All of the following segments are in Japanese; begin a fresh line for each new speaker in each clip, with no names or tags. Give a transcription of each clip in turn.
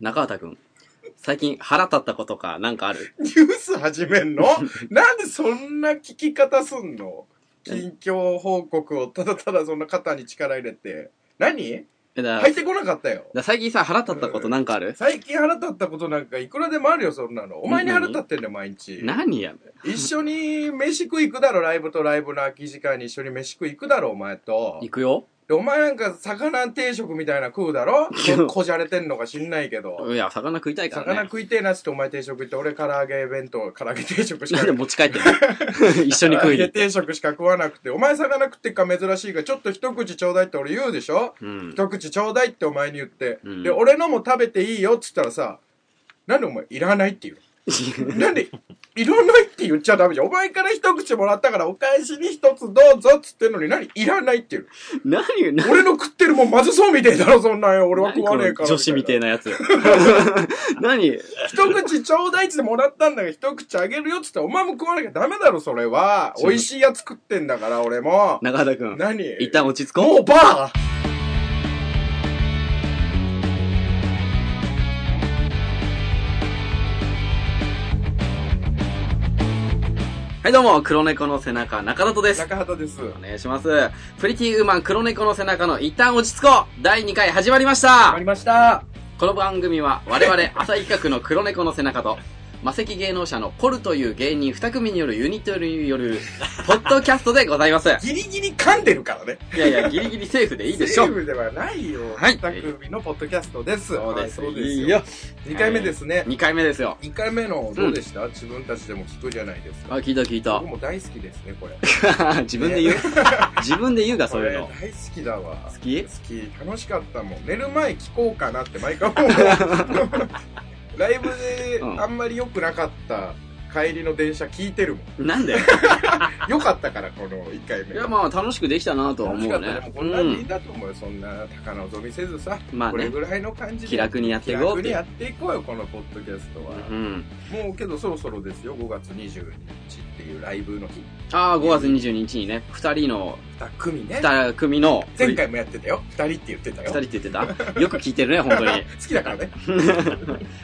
中畑くん。最近腹立ったことかなんかある
ニュース始め んのなんでそんな聞き方すんの近況報告をただただそんな肩に力入れて。何
えだ
入ってこなかったよ。
だ最近さ、腹立ったことなんかある、
最近腹立ったことなんかいくらでもあるよ、そんなの。お前に腹立ってんだよ、毎日。
何や
一緒に飯食い行くだろ、ライブとライブの空き時間に一緒に飯食い行くだろ、お前と。
行くよ
でお前なんか魚定食みたいな 食うだろここじゃれてんのか知んないけど。
いや、魚食いたいから
魚
ね。
食いてえなっつってお前定食行って、俺唐揚げ弁当、唐揚げ定食し
な
か
んで持ち帰ってん の一緒に食いに
揚
行
げ
って。
定食しか食わなくて、お前魚食ってっか珍しいから、ちょっと一口ちょうだいって俺言うでしょ、
うん。
一口ちょうだいってお前に言って、
うん
で、俺のも食べていいよっつったらさ、なんでお前いらないって言うのなんで、いらないって言っちゃダメじゃん。お前から一口もらったからお返しに一つどうぞっつってんのに、何いらないって言う
何
の俺の食ってるもんまずそうみてえだろ、そんなんよ。俺は食わねえから。
女子みてえなや つ。何
一口ちょうだいっつってもらったんだから一口あげるよっつってお前も食わなきゃダメだろそれは
そう
美味しいやつ食ってんだから俺も
中畑くん。
何
一旦落ち着
も
こ
うバー
う。はい、どうも、黒猫の背中、中里です。
中畑です
お願いします。プリティウーマン黒猫の背中の一旦落ち着こう第2回始まりました
ありました
この番組は我々朝日企画の黒猫の背中と、魔石芸能者のコルという芸人2組によるユニットによる、ポッドキャストでございます。
ギリギリ噛んでるからね
いやいや、ギリギリセーフでいいでしょ
セー。ブではないよ
はい
二組のポッドキャストです
そうです。
はい
いい
よ
よ。
2回目ですね
2回目ですよ。
2回目のどうでした自分たちでも聞くじゃないです
あ、
か
聞いた聞いた
僕。も大好きですねこれ
自分 で言う自分で言うが、
こ
そうい
れ
う
大好
の。
きだわ
好き
好き楽しかったもん寝る前聞こうかなって毎回思うライブで
うん
あんまり良くなかった帰りの電車聞いてるもん
なんで
良かったからこの1回目
いや、まあ、楽しくできたなとは思
楽し
う
かった
ね
でも。こ
うん
なんでいいん
ん。
だと思うよそんな高望みせずさ、
まあ
これ
ね。
ぐらいの感じで
気楽にやっていこうって
気楽にやっていこうよこのポッドキャストは、
うん。
もうけどそろそろですよ5月22日っていうライブの日
ああ、5月22日にね、2人の、
2組ね
2組の、
前回もやってたよ2人って言ってた
2
よ
人って言ってたよく聞いてるね、本当に。
好きだからね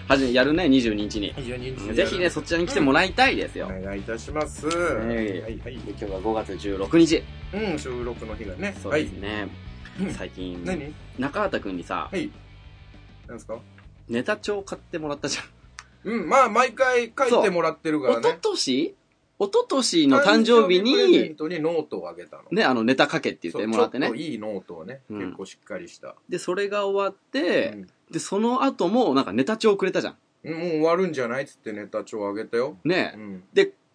はじめ、やるね、22日に。ぜひね、そちらに来てもらいたいですよ。
お願いいたします。
い
はいはい。
今日は5月16日。
うん、収録の日がね。
そう
は
で
い
す。ね
うん。
最近、
何
中畑くんにさ、
はい。なんですか
ネタ帳買ってもらったじ
うん、まあ、毎回書いてもらってるか
ゃん。
ら
おと
ね。
としおととしの誕生日
誕生日プレゼン
に、
トにノートをあげたの。
ね、あの、ネタ書けって言っ
そう
てもらって
ちょっ
ね。
といいノートをね、
うん
結構しっかりした。
で、それが終わっ
う
て、
ん
で、その後も、なんかネタ帳くれたじゃん。
うんもう終わるんじゃないっつってネタ帳あげたよ。
ね
う。ん。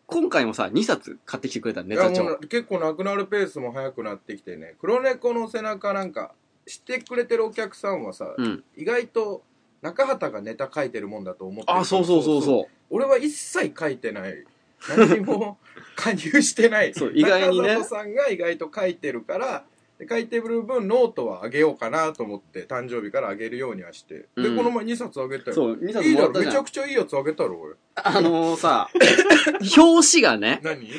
今回もさ、2冊買ってきてくれた
い
ネ
や
タ
も
帳。
う結構なくなるペースも早くなってきてね。黒猫の背中なんか、知ってくれてるお客さんはさ、
うん。
意外と中畑がネタ書いてるもんだと思ってる
あ、そうそうそうそう。
俺は一切書いてない何も加入してな い
そう意外にね
中里さんが意外と書いてるからで書いてる分ノートはあげようかなと思って誕生日からあげるようにはしてで、
うん
この前2冊あげたよ
そう、2冊
いい
も
だ
らっ
ろ
たじ
め
ゃ
ち
ん
ゃ。くちゃいいやつあげたろ俺
あのー さ、表紙がね、
何い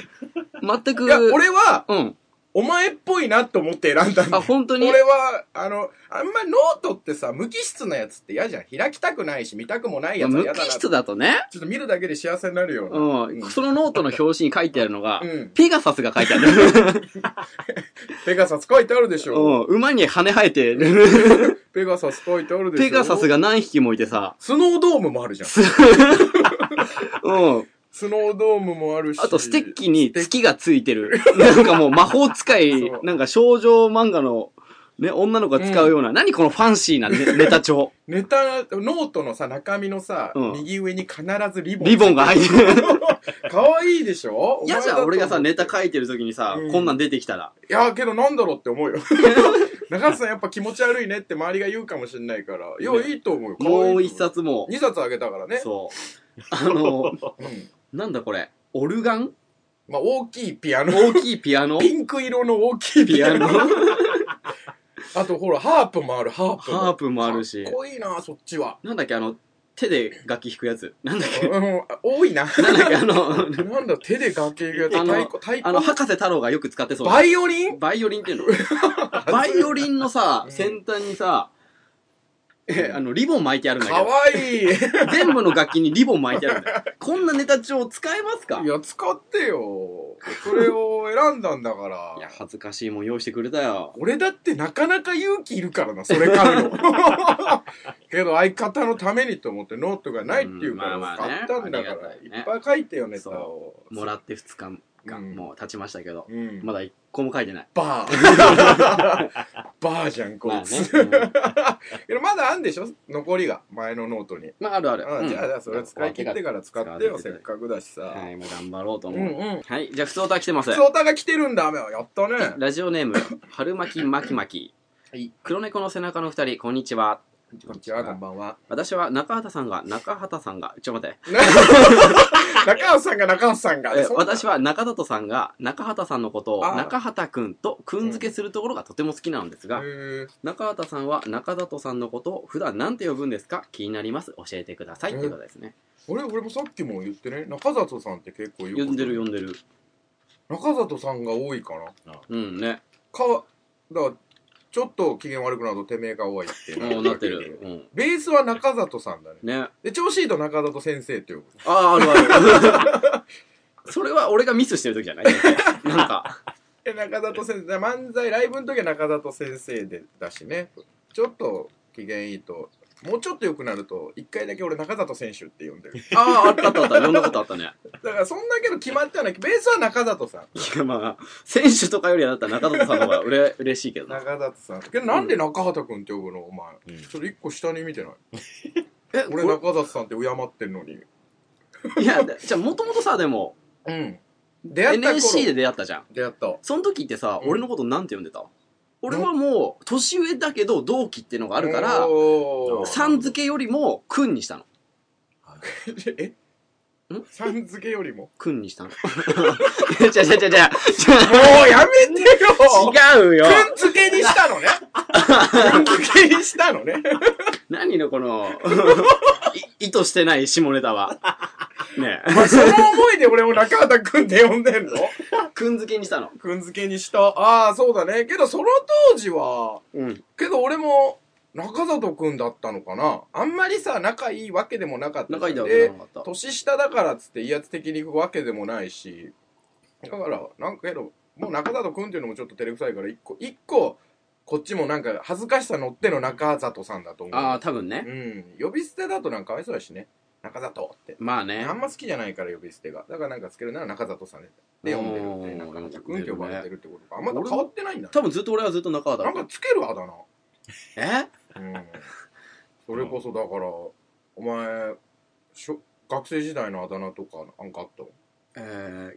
全く、
や俺は
うん。
お前っぽいなと思って選んだんだ
あ、本当に
俺は、あの、あんまノートってさ、無機質なやつって嫌じゃん。開きたくないし、見たくもないやつは
無
嫌だ
機
な。ちょ
質だとね、
っと見るだけで幸せになるような。
うん。そのノートの表紙に書いてあるのが、
うん。
ペガサスが書いてあ る。
ペガサス書いてあるでしょ。
うん。馬に羽生えてる、
ペガサス書いてあるでしょ
ペガサスが何匹もいてさ、
スノードームもあるじゃん。
うん。
スノードームもあるし。
あと、ステッキに月がついてる。なんかもう魔法使い
そ、う
なんか少女漫画の、ね、女の子が使うような、何このファンシーな ネネタ帳。
ネタ、ノートのさ、中身のさ、
うん
右上に必ずリボン。
リボンが入ってる。
かわいいでしょ
嫌じゃん、俺がさ、ネタ書いてる時にさ
う、ん
こんなん出てきたら。
いや、けどなんだろうって思うよ。 中田さんやっぱ気持ち悪いねって周りが言うかもしんないから。いや、いいと思うよ。
もう一。冊も。
二冊あげたからね。
そう。あ の、
うん。
なんだこれ。オルガン
まあ、大きいピアノ。
大きいピア ノ
ピンク色の大きい
ピ
ピ
ア
アノ。
ノ
あと、ほら、ハープもある、ハープ。
ハープもあるし
かっ。こいいな、そっちは。
なんだっけ、あの、手で楽器弾くや つ。なんだっけ、
うん、多いな。
なんだっけ、あ の、
なんだ、手で楽器が
あの
太鼓、太
あの、
鼓
博士太郎がよく使ってそうな
バイオリン
バイオリンっていうのバイオリンのさ、
うん
先端にさ、えあの、リボン巻いてあるんだ
かわいい。い
けど、全部の楽器にリボン巻いてある んだよ。こんなネタ帳使えますかいや、
や、使ってよ。それを選んだんだから。
恥ずかしいもん用意してくれたよ。
俺だってなかなか勇気いるからな、それ買 うの。けど相方のためにと思ってノートがないっていうか
うんま
ら
あまあね
買ったんだから、
ありがた
い
いね
っぱい書いてよね、
そもらって2日間もう経ちましたけど、
うん。
まだ1個も書いてない。
バ ー。バーじゃん、こ
まあ
い
ね
つ。。
うん
けどまだあんでしょ残りが、前のノートに。
まあ、あるある。
あ
うん
じゃあ、じゃあそれ使い切ってから使ってよ、
使
せ
っ
ってかくだしさ。
はい、もう頑張ろうと
うん
思う。
うん。
はい、じゃあ、普通歌来てます。
ソータが来てるんだ、雨は。やったね。
ラジオネーム、春巻き巻き巻き。
はい。
黒猫の背中の二人、こんにちは。
こんにちは、こんばんは。
私は中畑さんが、中畑さんが、ちょ、待って。
中橋さんが中橋さんが
え。
そんな
私は中里さんが、中畑さんのことを、
あー
中畑くんとくん付けするところがとても好きなんですが、
へー
中畑さんは中里さんのことを普段なんて呼ぶんですか気になります。教えてください。
え
ということですね。
俺俺もさっきも言ってね中里さんって結構よ
呼んでる呼んでる。
中里さんが多いかな
うんね。
かだからちょっと機嫌悪くなるとてめえが多いって
もうなってる。うん。
ベースは中里さんだね
ね。あ
で調子いいと中里先生って呼ぶ
あー、あるあ る。それは俺がミスしてる時じゃないなんか、
え中里先生漫才ライブの時は中里先生でだしねちょっと機嫌いいともうちょっと良くなると一回だけ俺中里選手って呼んでる
ああ、あったあったあった。呼んだことあったね。
だからそんだけど決まってはないベースは中里さん
いやまあ、選手とかよりはだったら中里さんの方がう れ嬉しいけどな。
中里さんけどなんで中畑君って呼ぶのお前
うん
それ一個下に見てない
え
俺中里さんって敬ってんのに
いや、じゃあもともとさ、でも、
うん出会った頃
NSC で出会ったじゃん。
出会った
その時ってさ、
うん
俺のことなんて呼んでた俺はもう、年上だけど同期ってのがあるから、
おー
さん付けよりも、くんにしたの。
え
ん
さん付けより も
くんにしたの。違う違う違う違
もうやめてよ
う。違うよ。
くん付けにしたのねくん付けにしたの ね
何のこの、 い意図してない下ネタは。ね
お前その思いで俺も中畑くんって呼んでんの
え。くん付けにしたの。
くん付けにしたああそうだねけどその当時は
うん。
けど俺も中里くんだったのかなあんまりさ仲いいわけでもなかったじゃん
仲いいだけじゃなかった。
年下だからっつって威圧的に行くわけでもないしだからなんかけどもう中里君っていうのもちょっと照れくさいから一個一個こっちもなんか恥ずかしさ乗っての中里さんだと思う
ああ、多分ね。
うん呼び捨てだとなんかかわいそうだしね中里って
まあね
あ。んま好きじゃないから呼び捨てがだからなんかつけるなら中里さんでで呼んでるんで
おー
中里君って呼ばれてるってことかあんま変わってないんだね
多分ずっと俺はずっと中
な
畑
んかつけるあだ名
え
うんそれこそだからお前しょ学生時代のあだ名とかなんかあった
えー、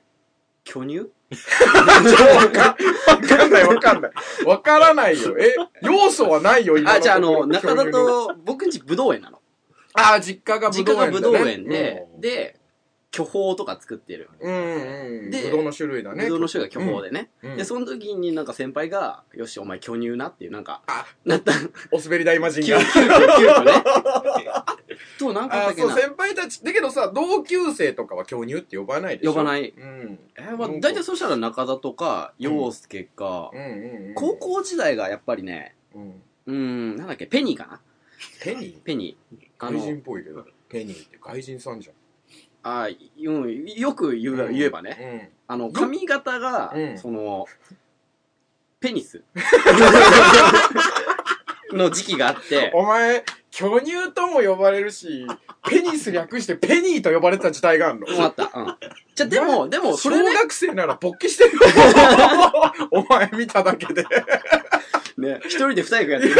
巨乳
わかわかんないわかんない。わからないよ。え、要素はないよ、今
あ、じゃああ
とこ
の、
ろ
中田。と、僕んち武道園なの。
あー、実家が
実家が武道
だね
園で、で、巨峰とか作ってる。
うんうんうん。
で
ぶどうの種類だね。
武道の種が巨峰でね。
うん。
で、その時になんか先輩が、よし、お前巨乳なっていう、なんか、
あ、
なった、
お滑り台魔人
急
が
遽、。急遽ね。と、なんかあったっ
あー、
け
そう、
な。
先輩たち。だけどさ、同級生とかは巨乳って呼ばないでしょ。
呼ばない
うん。
えーまあ、大体そしたら中田とか、洋介か
う、んうんうん。
高校時代がやっぱりね、
うん。
うーん、なんだっけ、ペニーかな
ペニー
ペニー。あ
外人
の、
っぽいけど。ペニーって外人さんじゃん。
あーうん、よく言う言えばね。
ね。
あの、髪型が、
うん
その、ペニ スの時期があって、
お前、巨乳とも呼ばれるし、ペニス略してペニーと呼ばれてた時代があるの。
終わった。うん。じゃ、でも、でも、そ
小
れね、
学生なら勃起して るよ。お前見ただけで。
ね、一人で二役やってる。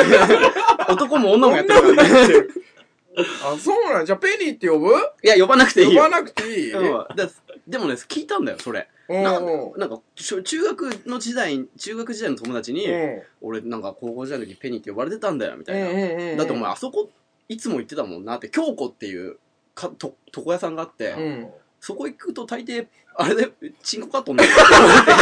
男も女もやってるか
女もや
らね。
ってるあ、そうなんじゃあ、ペニーって呼ぶ
いや、呼ばなくていい
呼ば
よ。
なくていい。うん
うんででもね、聞いたんだよ、それ。
う
なん
ん。
なんか、しょ中学の時代、中学時代の友達に、
うん
俺なんか高校時代の時ペニーって呼ばれてたんだよ、みた
うん
いな。
うんうん
だってお前、あそこ、いつも行ってたもんなって、京子っていう、か、と、床屋さんがあって、
うん。
そこ行くと大抵、あれで、チンコカットになると思って。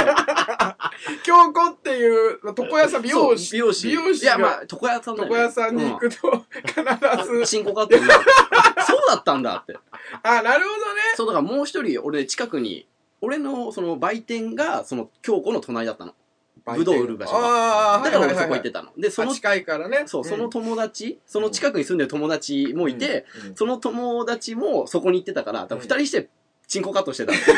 京子っていう床屋さん、 美容
そう
師。
美容師。
美容師
いや、まあ
が、
床屋さんだよね
床屋さんに行くと、必
うん
ず、
チンコカット になる。そうだったんだって。
あ、なるほどね。
そう、だからもう一人、俺ね、近くに、俺のその売店が、その、京子の隣だったの。
売
ぶど
店
う売る場所が。
ああ、
だから
はい
俺そ
はい
こ行
はい
ってたの。で、そ
あ
の、
近いからね。
そう、その
ん
友達、その近くに住んでる友達もいて、、
うん
その友達もそこに行ってたから、多分二人してチンコカットしてた っていう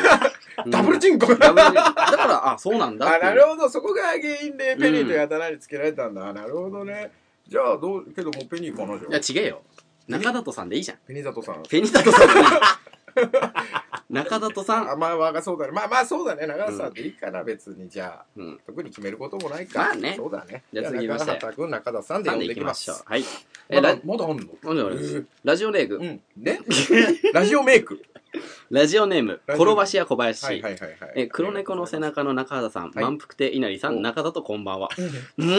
うんダブルチンコ
ダブルチンだから、あ、そうなんだ
あ、
っていう。
なるほど。そこが原因でペニーというあだ名につけられたんだ。なるほどね。じゃあ、どう、けどもうペニーかな、
い
じゃ
や、違
あ。
えよ。中里さんでいいじゃん。
ペニー里さん。
ペニタトさんでいい。 中里さん。
あ、まあ、わがそうだね。まあまあ、そうだね。長畑さんでいいかな、別に。じゃあ、
うん
特に決めることもないか。
まあね
そうだね。
じゃあ次行きまし
中
て
畑君、中田さんで
さん
呼
で
ん
い
で
き
き
ま
ま
し
す
ょう。。はい。え、
ま
ラ
だ、まだあんの
なんで俺ですラジオネーム、
うん。ね ラジオメイク。
ラジオネーム、
ラジオネーム
転ばし屋小林。
はいはいはいはい。
え、黒猫の背中の中田さん、
はい
満腹亭稲荷さん、中田とこんばんは。
うん。
う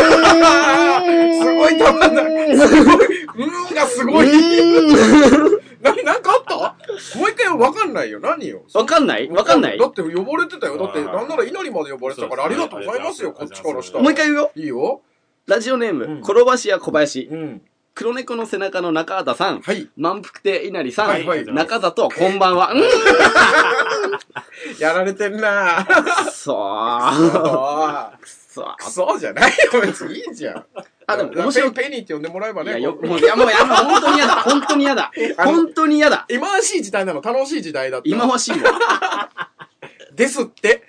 ーんすごいたまんないすごい。うーんがすごい。な、なんかあったもう一回わかんないよ。何よ。
わかんないわかんない
だ
も
って汚れてたよ。だって、
はい
なんなら稲荷まで呼ばれてたから、あ
そ
り
うですね
がとうございますよ、こ
あ
っ
りが
ち
と
から
うございます
したら。
う一回言うよ。
いいよ。
ラジオネーム、
うん
転ばし屋小林、
うん。
黒猫の背中の中田さん、
はい。
満腹亭稲荷さん、
はいはい
中田とこんばんは。うん
やられて んなぁ。
くそー。くそー。
クソじゃないよ、別にいいじゃん。
あ、でも面白い。
ペニーって呼んでもらえば
いや、
ね。
よ、
こう
もう、いや、もう、いや、もう本当に嫌 だ。本当に嫌だ。
あの
本当に嫌だ。
忌まわしい時代なの、楽しい時代だった。
忌まわしいわ。
ですって。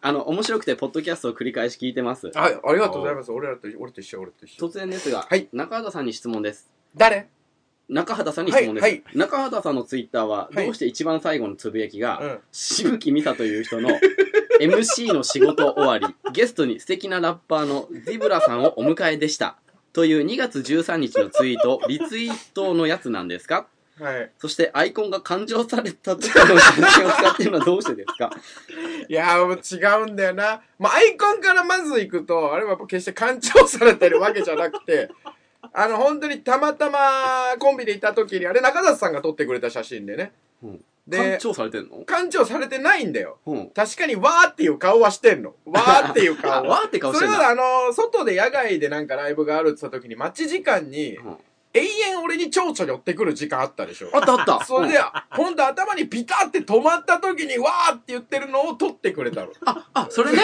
あの、面白くて、ポッドキャストを繰り返し聞いてます。
はい、ありがとうございます。俺らと、俺と一緒、俺と一緒
突。然ですが、
はい
中畑さんに質問です。
誰
中畑さんに質問です。
はいは
中畑さんのツイッターは、
はい
どうして一番最後のつぶやきが、
うん。
しぶきみさという人の MC の仕事終わり、ゲストに素敵なラッパーのディブラさんをお迎えでした。という2月13日のツイート、リツイートのやつなんですか
はい。
そしてアイコンが勘定された時の写真を使っているのはどうしてですか
いやー、もう違うんだよな。まあ、アイコンからまず行くと、あれはやっぱ決して勘調されてるわけじゃなくて、 あの、本当にたまたまコンビでいた時に、あれ中里さんが撮ってくれた写真でね。
うん勘
で、
定されてんの
勘調されてないんだよ。
うん。
確かに、わーっていう顔はしてんの。わーっていう
あ、
顔は。
わーって顔し
そ
て
れ
んだ。
はあの、外で野外でなんかライブがあるって言った時に、待ち時間に、
うん
永遠俺に蝶々寄ってくる時間あったでしょ。
あったあった。
それで
うん、
ほんと頭にピタって止まった時に、わーって言ってるのを撮ってくれたの。
あ、それね。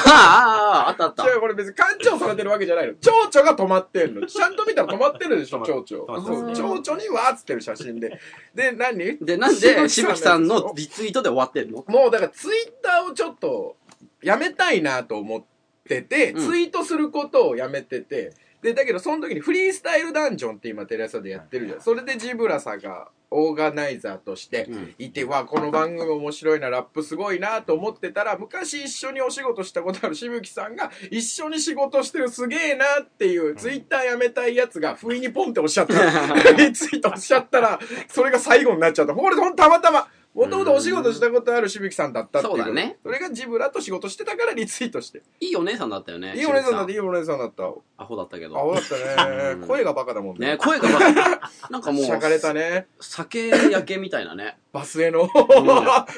ああ、ああ、あったあった
違。う、これ別に干潮されてるわけじゃないの。蝶々が止まってんの。ちゃんと見たら止まってるでしょ、
止ま
蝶々。
止
ま
そ
っ
う
て
蝶
ま
々にわーっつってる写真で。で、 何
で、なんで、し
し
ぶ
ぶ
きさ
きさ
ん
ん
のリツイートで終わってんの
もうだからツイッターをちょっとやめたいなと思ってて、
うん
ツイートすることをやめてて、で、だけどその時にフリースタイルダンジョンって今テレ朝でやってるじゃん。それでジブラさんがオーガナイザーとして、いて、わ、この番組面白いな、ラップすごいなと思ってたら、昔一緒にお仕事したことあるしぶきさんが、一緒に仕事してるすげえなっていう、ツイッターやめたいやつが、不意にポンっておっしゃった。 リツイートおっしゃったら、それが最後になっちゃった。ほんとほんとたまたま、もともとお仕事したことあるしぶきさんだったっていうこと。
そうだね
それがジブラと仕事してたからリツイートして。
いいお姉さんだったよね。
いいお姉さんだっ
しぶき
た、いいお姉さんだった。あ、
アホだったけど。
ほだった
うん
ね。声がバカだもんね。
ね、声がバカ。なんかもう、
しゃかれたね。
酒焼けみたいなね。
バスへの、
ん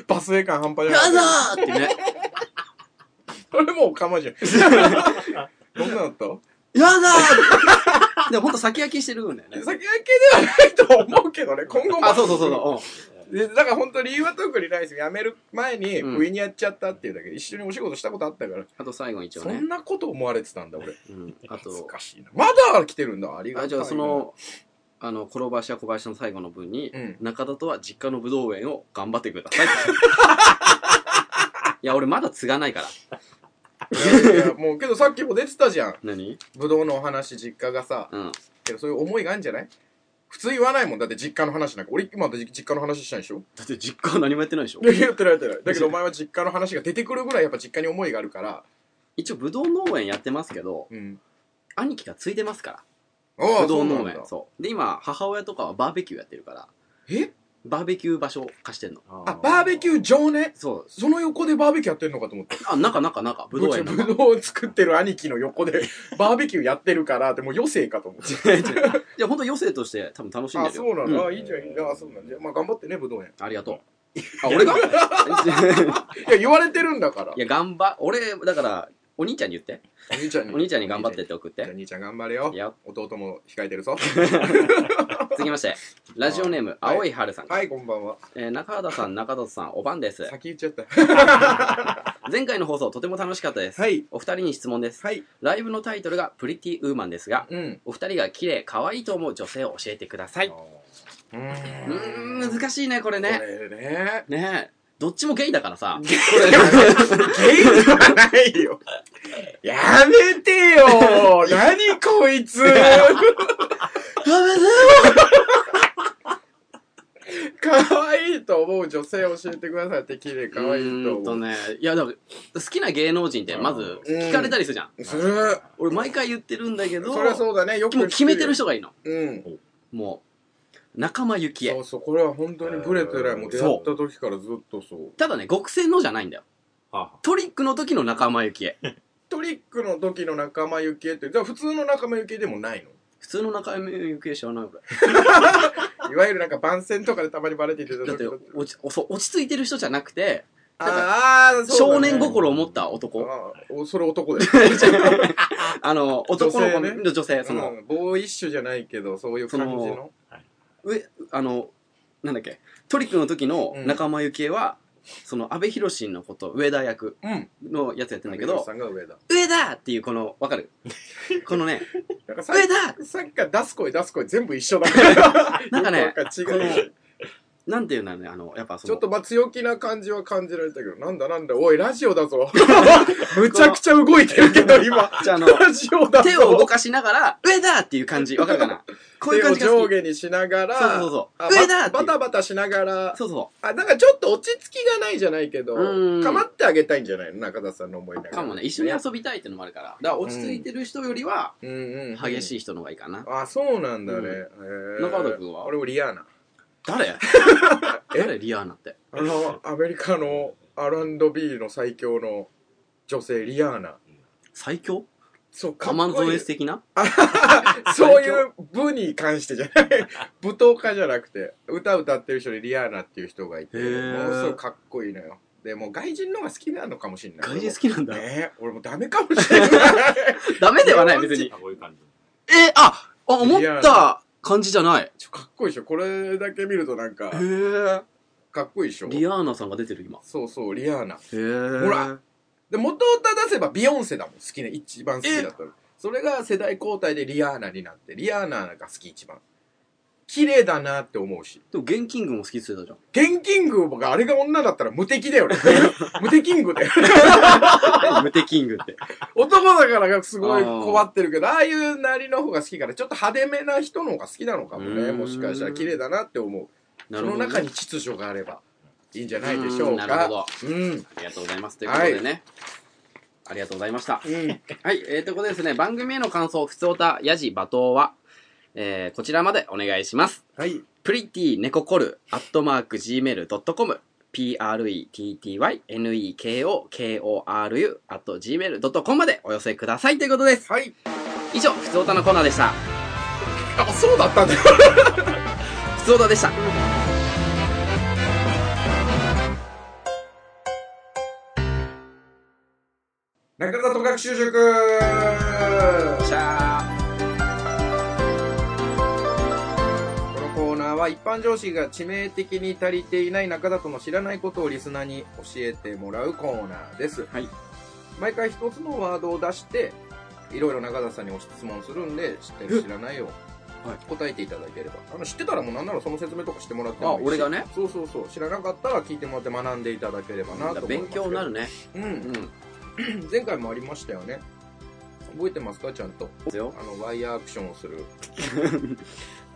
バスへ感半端じゃな
ラ。
い
ザーってね。
それもうか まじゃん。どんなだった
やだーでもほんと酒焼きしてるんだよね。
酒焼けではないと思うけどね、今後も。
あ、そうそうそうそう。
でだから本当理由は特にないですよ。辞める前に、
うん
上にやっちゃったっていうだけで、一緒にお仕事したことあったか
う
ら、
んあと最後一応
そ
ね
ん。なこと思われてたんだ、俺。
うんあ
恥ず
と、
かしいな。まだ来てるんだ、ありがた
あ、
い
じ
な。
ゃあその、あの、転ばしや小林の最後の分に
う、ん。
中田とは実家の武道園を頑張ってくださいって。いや、俺まだ継がないから。
いやいや、もう、けどさっきも出てたじゃん。
何
ぶどうのお話、実家がさ。
うん。
けどそういう思いがあるんじゃない普通言わないもん。だって実家の話なんか。俺、今まで実家の話したいでしょ
だって実家は何もやってないでしょ
いや、言ってない言ってない。だけどお前は実家の話が出てくるぐらいやっぱ実家に思いがあるから。
一応、ぶどう農園やってますけど、
うん。
兄貴が継いでますか
あ
ら。
あ、
ぶど
そううなん
農
だ
園。。そう。で、今、母親とかはバーベキューやってるから、
え
バーベキュー場所貸してんの。
あ、バーベキュー場ね。
そう。
その横でバーベキューやってんのかと思った。
あ、中中中、ぶどう園の中。
ぶどうを作ってる兄貴の横で バーベキューやってるから、でも余生かと思って。
いや、ほんと余生として多分楽しんで
あ、
るよ。
そうなんだ。
ん
あ、いいじゃん、いいじゃん。あ、そうなんだ。まあ頑張ってね、ぶどう園。
ありがとう。あ、俺が い
いや、言われてるんだから。
や、頑張、俺、だから、お兄ちゃんに言って。
お兄ちゃんに。
お兄ちゃんに頑張ってって送っ
じゃあ
て。
兄ちゃん頑張れよ
い。や、
弟も控えてる ぞ。
続きまして、ラジオネーム、
はい
青い春さん。
はい、こんばんは。
えー中畑さん、中田さん、おばんです。
先言っちゃった。
前回の放送とても楽しかったです。
はい。
お二人に質問です。
はい。
ライブのタイトルがプリティウーマンですが、
うん。
お二人が綺麗、可愛いと思う女性を教えてください。
う
う
ー
ーん、難しいね、これね。
これね。
ねえ。どっちもゲイだから さ。
ゲイではないよ。やめてよ。何こいつ。 可愛いと思う女性教えてくださいって綺麗可愛いう
ーん
と
と
思う。
ね。いや、だから好きな芸能人ってまず
うん
聞かれたりするじゃん。
する。
俺毎回言ってるんだけど、
そりゃそうだね。よく
もう決めてる
人。
人がいいの。
うん。
もう、仲間由紀
そ
恵。
うそう。これは本当にブレてない。もう出会った時からずっとそう。
ただね、極戦のじゃないんだよ。
は
トリックの時の仲間由紀恵。
トリックの時の仲間由紀恵って、じゃあ普通の仲間由紀恵でもないの
普通の仲間由紀恵知らない俺。
いわゆるなんか番宣とかでたまにバレていた
だっ
時
て落ちおそう落ち着いてる人じゃなくて、
ああ、そう
少
だね
年心を持った男。
あーおそれ 男だよ。
あの、男の子
女性
の女性、その、
うんボーイッシュじゃないけど、そういう感じ
そ
の
の。上、あの、なんだっけ、トリックの時の仲間由紀恵は、その、安倍博士のこと、上田役
うん。
のやつやってんだけ
有吉
ど
さ、んが上だ。
上田っていうこの、わか るこのね、
なんかさ
上田
さっきから出す声出す声全部一緒だから。
なんかね
よく わかんない違う。
なんていうんだろうね、あの、やっぱそ
ちょ
の
っ、とまあ強気な感じは感じられたけど、なんだなんだ、おい、ラジオ だぞ。むちゃくちゃ動いてるけど、今。
じゃああの、
ラジオだぞ。
手を動かしながら、上だっていう感じ、わかるか なこういう感じが
手を上
好き。
下にしながら、
そうそうそう
あ
上だっていう
バタバタしながら、
そうそ
あ、なんかちょっと落ち着きがないじゃないけど、
うん
かまってあげたいんじゃないの中田さんの思いなが
う。
ら。
かもね、一緒に遊びたいってのもあるから。だから落ち着いてる人よりは、
うんうん、
激
い。
しい人の方がいいかな。
あ、そうなんだね。
うん
へー
中田君は
俺もリアーナ。
誰誰リアーナって。
あの、 アメリカの R&B の最強の女性、リアーナ。
最強
そう、か
カ
っ
マン
こ
ゾ
い
エ
い
ス。的な
そういう部に関してじゃ ない。舞踏家じゃなくて、歌歌ってる人にリアーナっていう人がいて、
へ
も
ー
のすごいかっこいいのよ。で、もう外人のが好きなのかもしれない。
外人好きなんだ。
ね俺もダメかもしれない。
ダメではない、別に
あ。。こういう感じ。
え、あ、あ思っ
リアル
た感じじゃない。
ちょかっこいいでしょこれだけ見るとなん
へ、
か
え。
かっこいいでしょ
リアーナさんが出てる、今。
そうそう、リアーナ。
へえ。
ほら。で、元を出せばビヨンセだもん。好きね。一番好きだったの。それが世代交代でリアーナになって、リアーナが好き一番。綺麗だなって思うし。
でも、ゲンキングも好きって言ってたじ
ゲンキングがあれが女だったら無敵だよね。無敵キングだよ。
ゃん。ムテキングって。
男だからがすごい困ってるけど、ああいうなりの方が好きから、ちょっと派手めな人の方が好きなのかも
う
ね。
ーん
もしかしたら綺麗だなって思う。
な
そ
る
の
ほどね。
中に秩序があればいいんじゃないでしょうか。
うんなるほど。
うん。
ありがとうございます。ということでね。ありがとうございました。
うん。
はい。えー、ということでですね、番組への感想、ふつおた、やじ、罵倒は、えー、こちらまでお願いします。
はい。
プリティネココルアットマーク Gmail.com pretty,neko,koru アット gmail.com までお寄せくださいということです。
はい。
以上、ふつおたのコーナーでした。
あ、そうだったんだ。
ふつおたでした。
中田と学習塾こ
しゃ
のコーナーは一般常識が致命的に足りていない中田との知らないことをリスナーに教えてもらうコーナーです。
はい。
毎回一つのワードを出して、いろいろ中田さんにお質問するんで、知ってる知らないを
はい
答えていただければ。あの、知ってたらもうなんならその説明とかしてもらって
ー。あ、
もいいし
俺がね。
そうそうそう。知らなかったら聞いてもらって学んでいただければなと思いますけど。
勉強になるね。
う。
うんん。
前回もありましたよね。覚えてますかちゃんと。
です よ。
あの、ワイヤーアクションをする。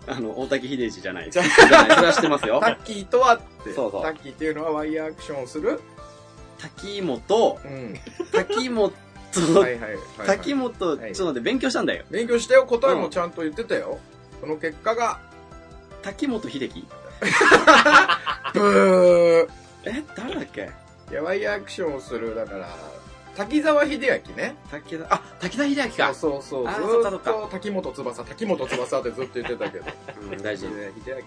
あの、大竹秀治じゃない。じ
じゃ
ゃない。それは知ってます
タ
よ。
ッキーとはって。
そうそう
タッキーっていうのはワイヤーアクションをする。
滝本、
うん。
滝本、
はいはいはい、はい。
滝本、ちょっと
はい
待って、勉強したんだよ。
勉強したよ。答えもちゃんと言ってたよ。その結果が、
滝本秀樹
ブー。
え、誰だっけ
いや、ワイヤーアクションをする。だから、滝沢秀明ね。
滝田、あ、滝田秀明か。
そうそうそう。
あー
ず
そっかそ
ーっ
っか
と滝本翼、滝本翼ってずっと言ってたけ ど。
うん、大事
秀。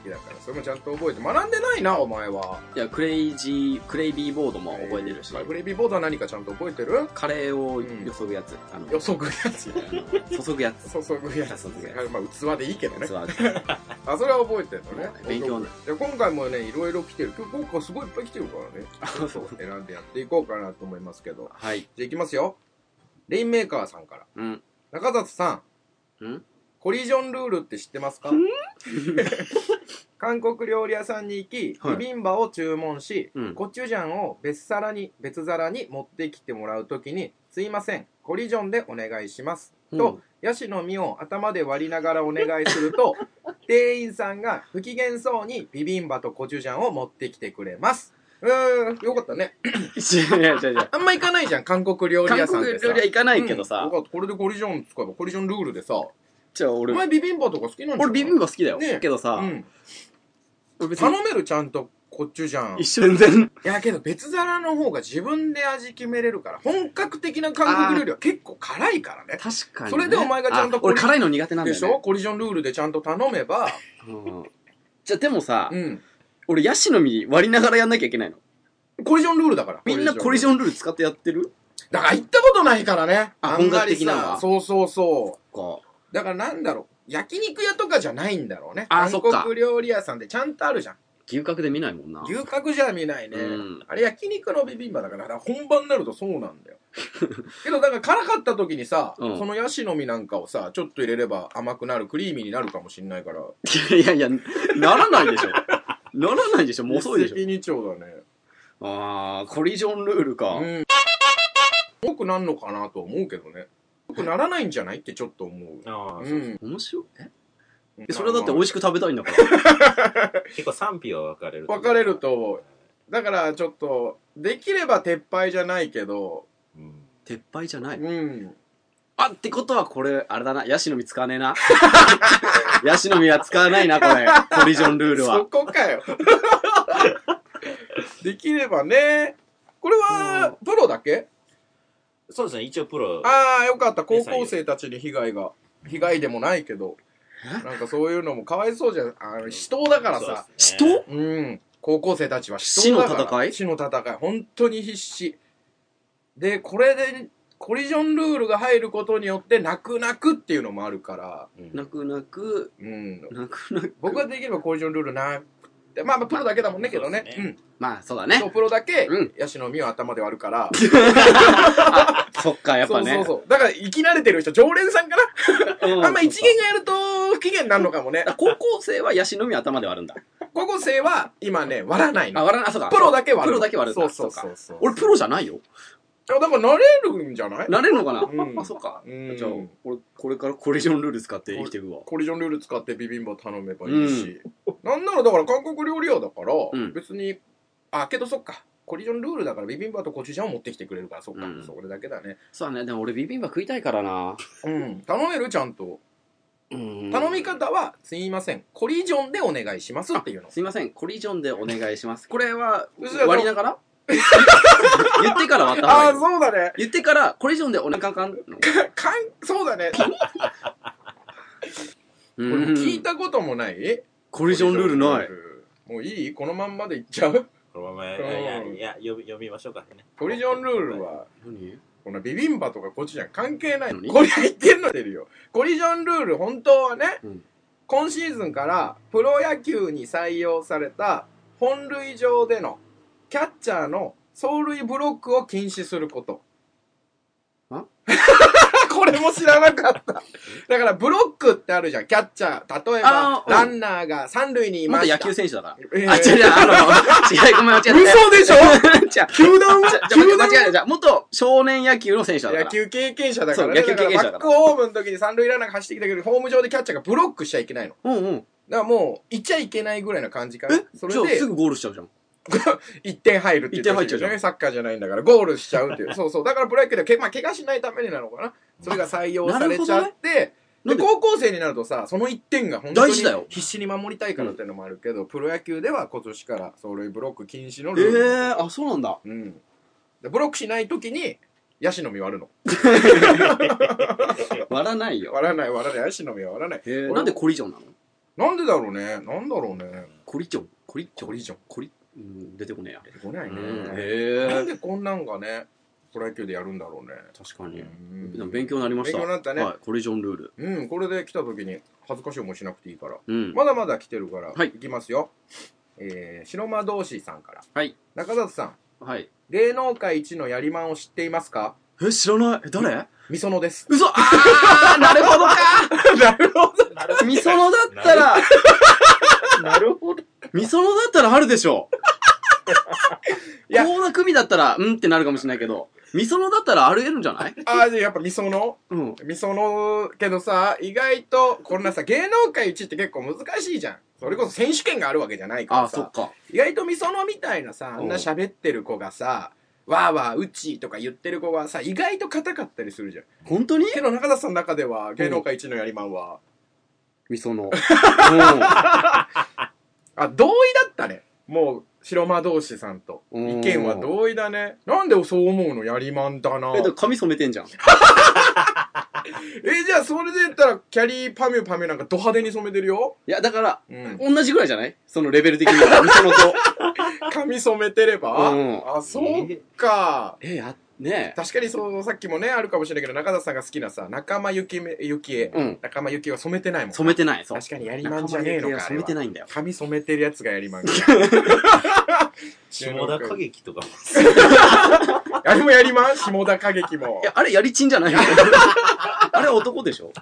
明だから、それもちゃんと覚えて。学んでないな、お前は。
いや、クレイジー、クレイビーボードも覚えてるし、
グレビーボードは何かちゃんと覚えてる
カレーをよそぐやつ、あの、
予測やつ。
あの注ぐやつ、
注ぐやつ。
注ぐやつ
はいまあ、器でいいけどね
器。
あそれは覚えてるのね
勉強ね
いや今回もねいろいろ来てる今日今回すごいいっぱい来てるからね ちょっと選んでやっていこうかなと思いますけど
はい。
じゃあいきますよレインメーカーさんから
うん。
中里さん
ん
コリジョンルールって知ってますか 韓国料理屋さんに行き、
はい
ビビンバを注文し、
うん
コチュジャンを別皿に別皿に持ってきてもらうときに「すいませんコリジョンでお願いします」と、
うん
ヤシの実を頭で割りながらお願いする と店員さんが不機嫌そうにビビンバとコチュジャンを持ってきてくれますうーんよかったね
違う違う違う。
あんま行かないじゃん韓国料理屋
韓
さん
国
ってさ
料理は行かないけど
うんよ
さ。
かったこれでコリジョン使えばコリジョンルールでさお
じゃあ俺、
前ビビンバとか好きなんじゃ
俺
ない
ビビンバ好きだよ。
ねえ
けどさ、
うん
俺別に
頼めるちゃんとこっちじゃんい
一緒に全然。
やけど別皿の方が自分で味決めれるから本格的な韓国料理は結構辛いからね
確かに、ね。
それでお前がちゃんと
あ俺辛いの苦手なんだ
で
よ、
し
ね
ょ。コリジョンルールでちゃんと頼めば
うんじゃあでもさ、
うん
俺ヤシの実割りながらやんなきゃいけないの。
コリジョンルールだから
みんなコリジ
ョン
ョンルール使ってやってる
だから行ったことないからね
あ
あんまり
本格的なんだ
さそうそうそう
か。
だからなんだろう焼肉屋とかじゃないんだろうね
あ
韓
そっか
国料理屋さんってちゃんとあるじゃん
牛角で見ないもんな。
牛角じゃ見ないね、
うん
あれ焼肉のビビンバだからだから本番になるとそうな んだよけどだから辛かった時にさ、
うん
そのヤシの実なんかをさちょっと入れれば甘くなるクリーミーになるかもしんないから
いやいやいや、ならないでしょ。ならないでしょ。もう遅いでしょ。
一石二鳥だね
あー、コリジョンルールか。
うん多くなんのかなと思うけどね多くならないんじゃないってちょっと思う
あ
う
あ、
ん
面白い。え
まあ
えそれだって美
ま
味しく食べたいんだ から。
結構賛否は分かれる。
あ分かれる。とだからちょっとできれば撤廃じゃないけど
うん。
鉄板じゃない。
うん
あ、ってことはこれ、あれだな。ヤシの実使わねえな。 ヤシの実は使わないな、これ。コリジョンルール
そ
は。
こかよ できればねこれはプロだけ
そうですね、一応プロ。
ああよかった高校生たちに被害が被害でもないけどなんかそういうのもかわいそうじゃんあの死闘だからさ
そうですね
人
うん高校生たちは死闘だか
死の
ら
戦い
死の戦い本当に必死でこれでコリジョンルールが入ることによって泣く泣くっていうのもあるから
うん
泣く泣く、
うん
泣く泣く。
僕はできればコリジョンルールなくてまあまあプロだけだもんねけどね
そうです
う
ね
ん
まあ、そうだね
そ。うプロだけ、
うん
ヤシの実を頭で割るから、
そっ か、やっぱね。
そうそうそうだから生き慣れてる人常連さんか
う
なあんま一元がやると不機嫌になるのかもね
だから高校生はヤシの実頭で割るんだ。
高校生は今ね割らない
あ、
の
割らない。あ、そうか。
プロだけ割
プ
る
ロだけ割るん
そ
だ
うそう
そ
そううそう
俺プロじゃないよ。
あだから慣れるんじゃない
なれるのかな、
うん
あ、そうか。
うん
じゃあ、俺、これからコリジョンルール使って生きていくわ。
コリジョンルール使ってビビンバ頼めばいいし、なんならだから韓国料理屋だから、
うん
別にあけどそっかコリジョンルールだからビビンバとコチュジャンを持ってきてくれるからそっか、
うん
それだけだね
そうだね。でも俺ビビンバ食いたいからな。
うん頼めるちゃんと
うん
頼み方はすいませんコリジョンでお願いしますっていうの
すいません、コリジョンでお願いします。これは
嘘だ、ろ
割りなが ら言ってから割った方がいいよ。
そうだね
言ってから、コリジョンでお願いかかんの。
かんそうだね
う
俺聞い
ん。
たこともない
コリジョンルールない。
もういいこのまんまでいっちゃう
このまま、い
うん
や、いや、読み読みましょうかね。
コリジョンルールは
何
このビビンバとかコチュジャン関係ないの
何
これ言ってんの出るよコリジョンルール本当はね、
うん
今シーズンからプロ野球に採用された本塁上でのキャッチャーの走塁ブロックを禁止すること
ん
これも知らなかっただからブロックってあるじゃんキャッチャー例えば
あー
ランナーが三塁にいま
元
した
野球選手だから。
えー
あ、違う違う、あの、違う、ごめん、間違えた。
嘘でし ょ
違う。
球団
じゃ、じゃ
球団
間違えた。じゃあ、元少年野球の選手だから。
野球経験者だから、
そ
ね、
う野球経験者だから
バックホームの時に三塁ランナーが走ってきたけど、ホーム上でキャッチャーがブロックしちゃいけないの。
うんうん。
だからもう、いっちゃいけないぐらいの感じかな。
え
そ
じゃあ
れ
す
で、
ぐゴールしちゃうじゃん。
1点入るって言ってほし
一点入
い
っちゃうじゃ
ね。サッカーじゃないんだから、ゴールしちゃうっていう。そうそう。だからプロ野球ではけ、まあ、怪我しないためになのかな。それが採用されちゃって、
な
で、
んで
高校生になるとさ、その1点が本当に
大事だよ
必死に守りたいからっていうのもあるけど、プロ野球では今年から走塁ブロック禁止の
え
ルール。
えー、あ、そうなんだ。
うん。でブロックしない時に、ヤシの実割るの。
割らないよ。
割らない割らないヤシの実は割らない
へえ、なんでコリジョンなの
なんでだろうねなんだろうね
コリジョンコリジョン
コリジョン
コリ、うん、出てこねえや。
出てこないね、
うん、
な
へ
んでこんなんがねプロ野球でやるんだろうね。
確かに。で
う
も
ん
勉強になりました。
勉強になったね
はい。コリジョンルール。
うん、これで来た時に恥ずかしい思いしなくていいから。
うん。
まだまだ来てるから、
はい
いきますよ。えー、白間同士さんから。
はい。
中里さん、
はい。
芸能界一のやりまんを知っていますか
え、知らない。え誰
みそのです。
嘘あーなるほ どか
なるほど。
なるほど
みそのだったら、
なるほど。
みそのだったらあるでしょ。
いや
高田組だったら、うんってなるかもしれないけど、みそのだったらあり得るんじゃない
ああ、でやっぱみその
うん。
みそのけどさ、意外と、こんなさ、芸能界一って結構難しいじゃん。それこそ選手権があるわけじゃないか
あ
ら
ー、そ
さ
っ。か。
意外とみそのみたいなさ、あんな喋ってる子がさ、わーわーうちとか言ってる子がさ、意外と硬かったりするじゃん。
本当に
けど中田さんの中では、芸能界一のやりまんは、
みそ の。うん。
あ、同意だったね。もう、白間同士さんと。
うん
意見は同意だね。なんでそう思うのやりまんだな
え、だから髪染めてんじゃん。
え、じゃあそれで言ったら、キャリーパミュパミュなんかド派手に染めてるよ。
いや、だから、
うん。
同じぐらいじゃないそのレベル的には、みそのと。
髪染めてれば。
うん
あ、そうか。
え、や、ね
確かにそう、さっきもね、あるかもしれないけど、中田さんが好きなさ、仲間ゆきめ、ゆき
え。
え。
うん。
仲間ゆきえは染めてないもんな。
染めてない。そう。
確かにやりまんじゃねえの
仲間由紀恵
か。
は染めて
い。
ないんだよ。
髪染めてるやつがやり まんか。
下田景樹とかも。
あれもやり まん下田歌劇も
い。や、あれやりちんじゃないよ。 あれ男でしょ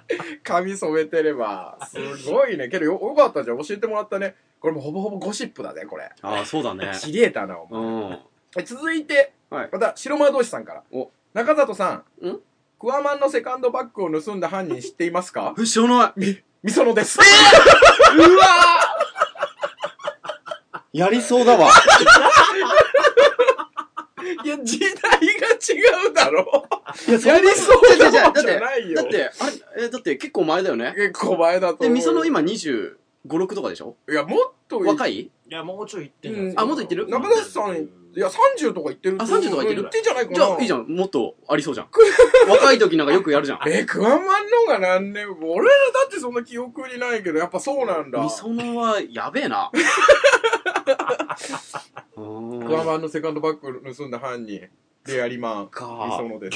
髪染めてれば。すごいね。けどよ、よかったじゃん。教えてもらったね。これもほぼほぼゴシップだね、これ。
ああ、そうだね
知り得たな、お前。
うん。
はい続いて、
はい
また白間同士さんから
お
中里さん
ん
クワマンのセカンドバッグを盗んだ犯人知っています か
え、知らない。
みそ の です
うわやりそうだわ。
いや時代が違うだろ
いや、
やりそう
じゃじ
な
ゃ
もんじ
じ
ゃ
ゃだっ
ない
て、
よ
だって、あれ、え、だって結構前だよね。
結構前だと思
で、
う
みその今25、6とかでしょ
いやもっとい
若い
いや、もうちょい行って
うんん
じゃ
あもっと行ってる
中里さんいや30とか言ってる
あ30とか言ってる
言ってんじゃないかな
じゃあ、いいじ
ゃん
ゃん。もっとありそうじゃん。 若い時なんかよくやるじゃん。
えクワマンのが何年俺らだってそんな記憶にないけどやっぱそうなんだ
みそのは、やべえ な。う
クワ
ーん。
マンのセカンドバッグ盗んだ犯人でやりまんみ
か
そので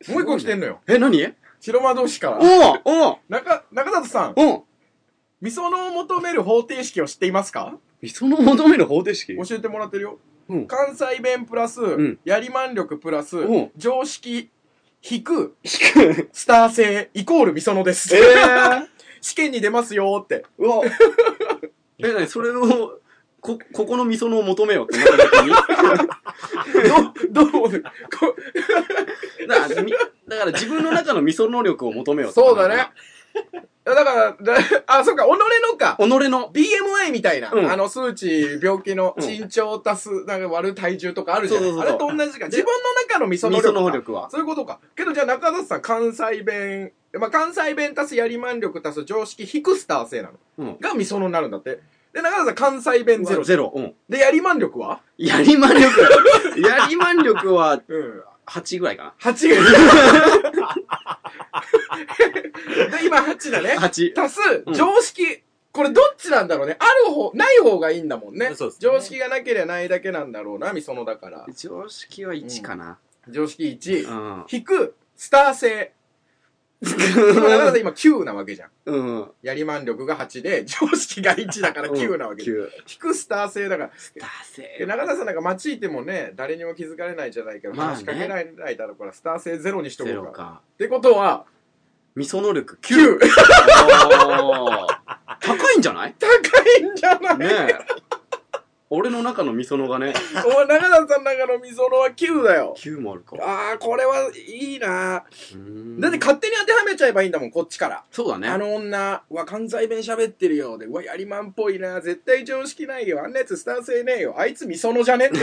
すもう一個来て んのよ
え、何
白間同士から
おんおん
中、中里さん、
おん
みそのを求める方程式を知っていますか
みその求める方程式
教えてもらってるよ。
うん
関西弁プラス、
ん
やりまん力プラス、
うん
常識、引く、
引く。
スター性、イコールみそのです。
えー
試験に出ますよーって。
うわ。 え、なに、それを、こ、ここの味噌のを求めようってなった時に。
どう、どう、こ
だからみだから自分の中の味噌能力を求めようってこ
そ
と
うだね。。だから、だあ、そうか、己のか。
己の。
BMI みたいな、
うん
あの数値、病気の
うん
身長足す、なんか割る体重とかあるじゃん。
そうそうそう
あれと同じか。自分の中のみそ
味
の
噌
力。
能力は。
そういうことか。けどじゃあ中田さん、関西弁、まあ、関西弁足すやりまん力足す常識ヒクスター性なの。
うん。
が味噌のになるんだって。で、中田さん、関西弁ゼロ。
ゼロ。うん。
で、やりまん力は
やりまん力。やりまん力は
うん。
8ぐらいか
8。で、 今8だね
な。。8。
足す
う、ん
常識。これどっちなんだろうね。ある方、ない方がいいんだもんね。
そうですね
常識がなければないだけなんだろうな、味噌のだから。
常識は1かな。
常識
う
1。
ん。
引く、スター性。でも 中田さん今9なわけじゃん。
うん。
やりまん力が8で、 常識が1だから9なわけです。
9。
低くスター性だから。
だ
で
せ
中田さんなんか街いてもね、誰にも気づかれないじゃないけど、
まあね
話しかけられないだろうから、スター性ゼロにしとこ
ゼ
う
ロ
か。
か。
ってことは、
味噌能力9。
9! 高
あー高いんじゃない
いんじゃない、
ねえ。俺の中の味噌のがね、
お前中田さんの中の溝のは9だよ。
9もあるか。
ああ、これはいいな
うーん
だって勝手に当てはめちゃえばいいんだもん、こっちから。
そうだね。
あの女は関西弁喋ってるようで、うわ、やりまんっぽいな絶対常識ないよ。あんなやつスター性ねえよ。あいつ味噌のじゃね って。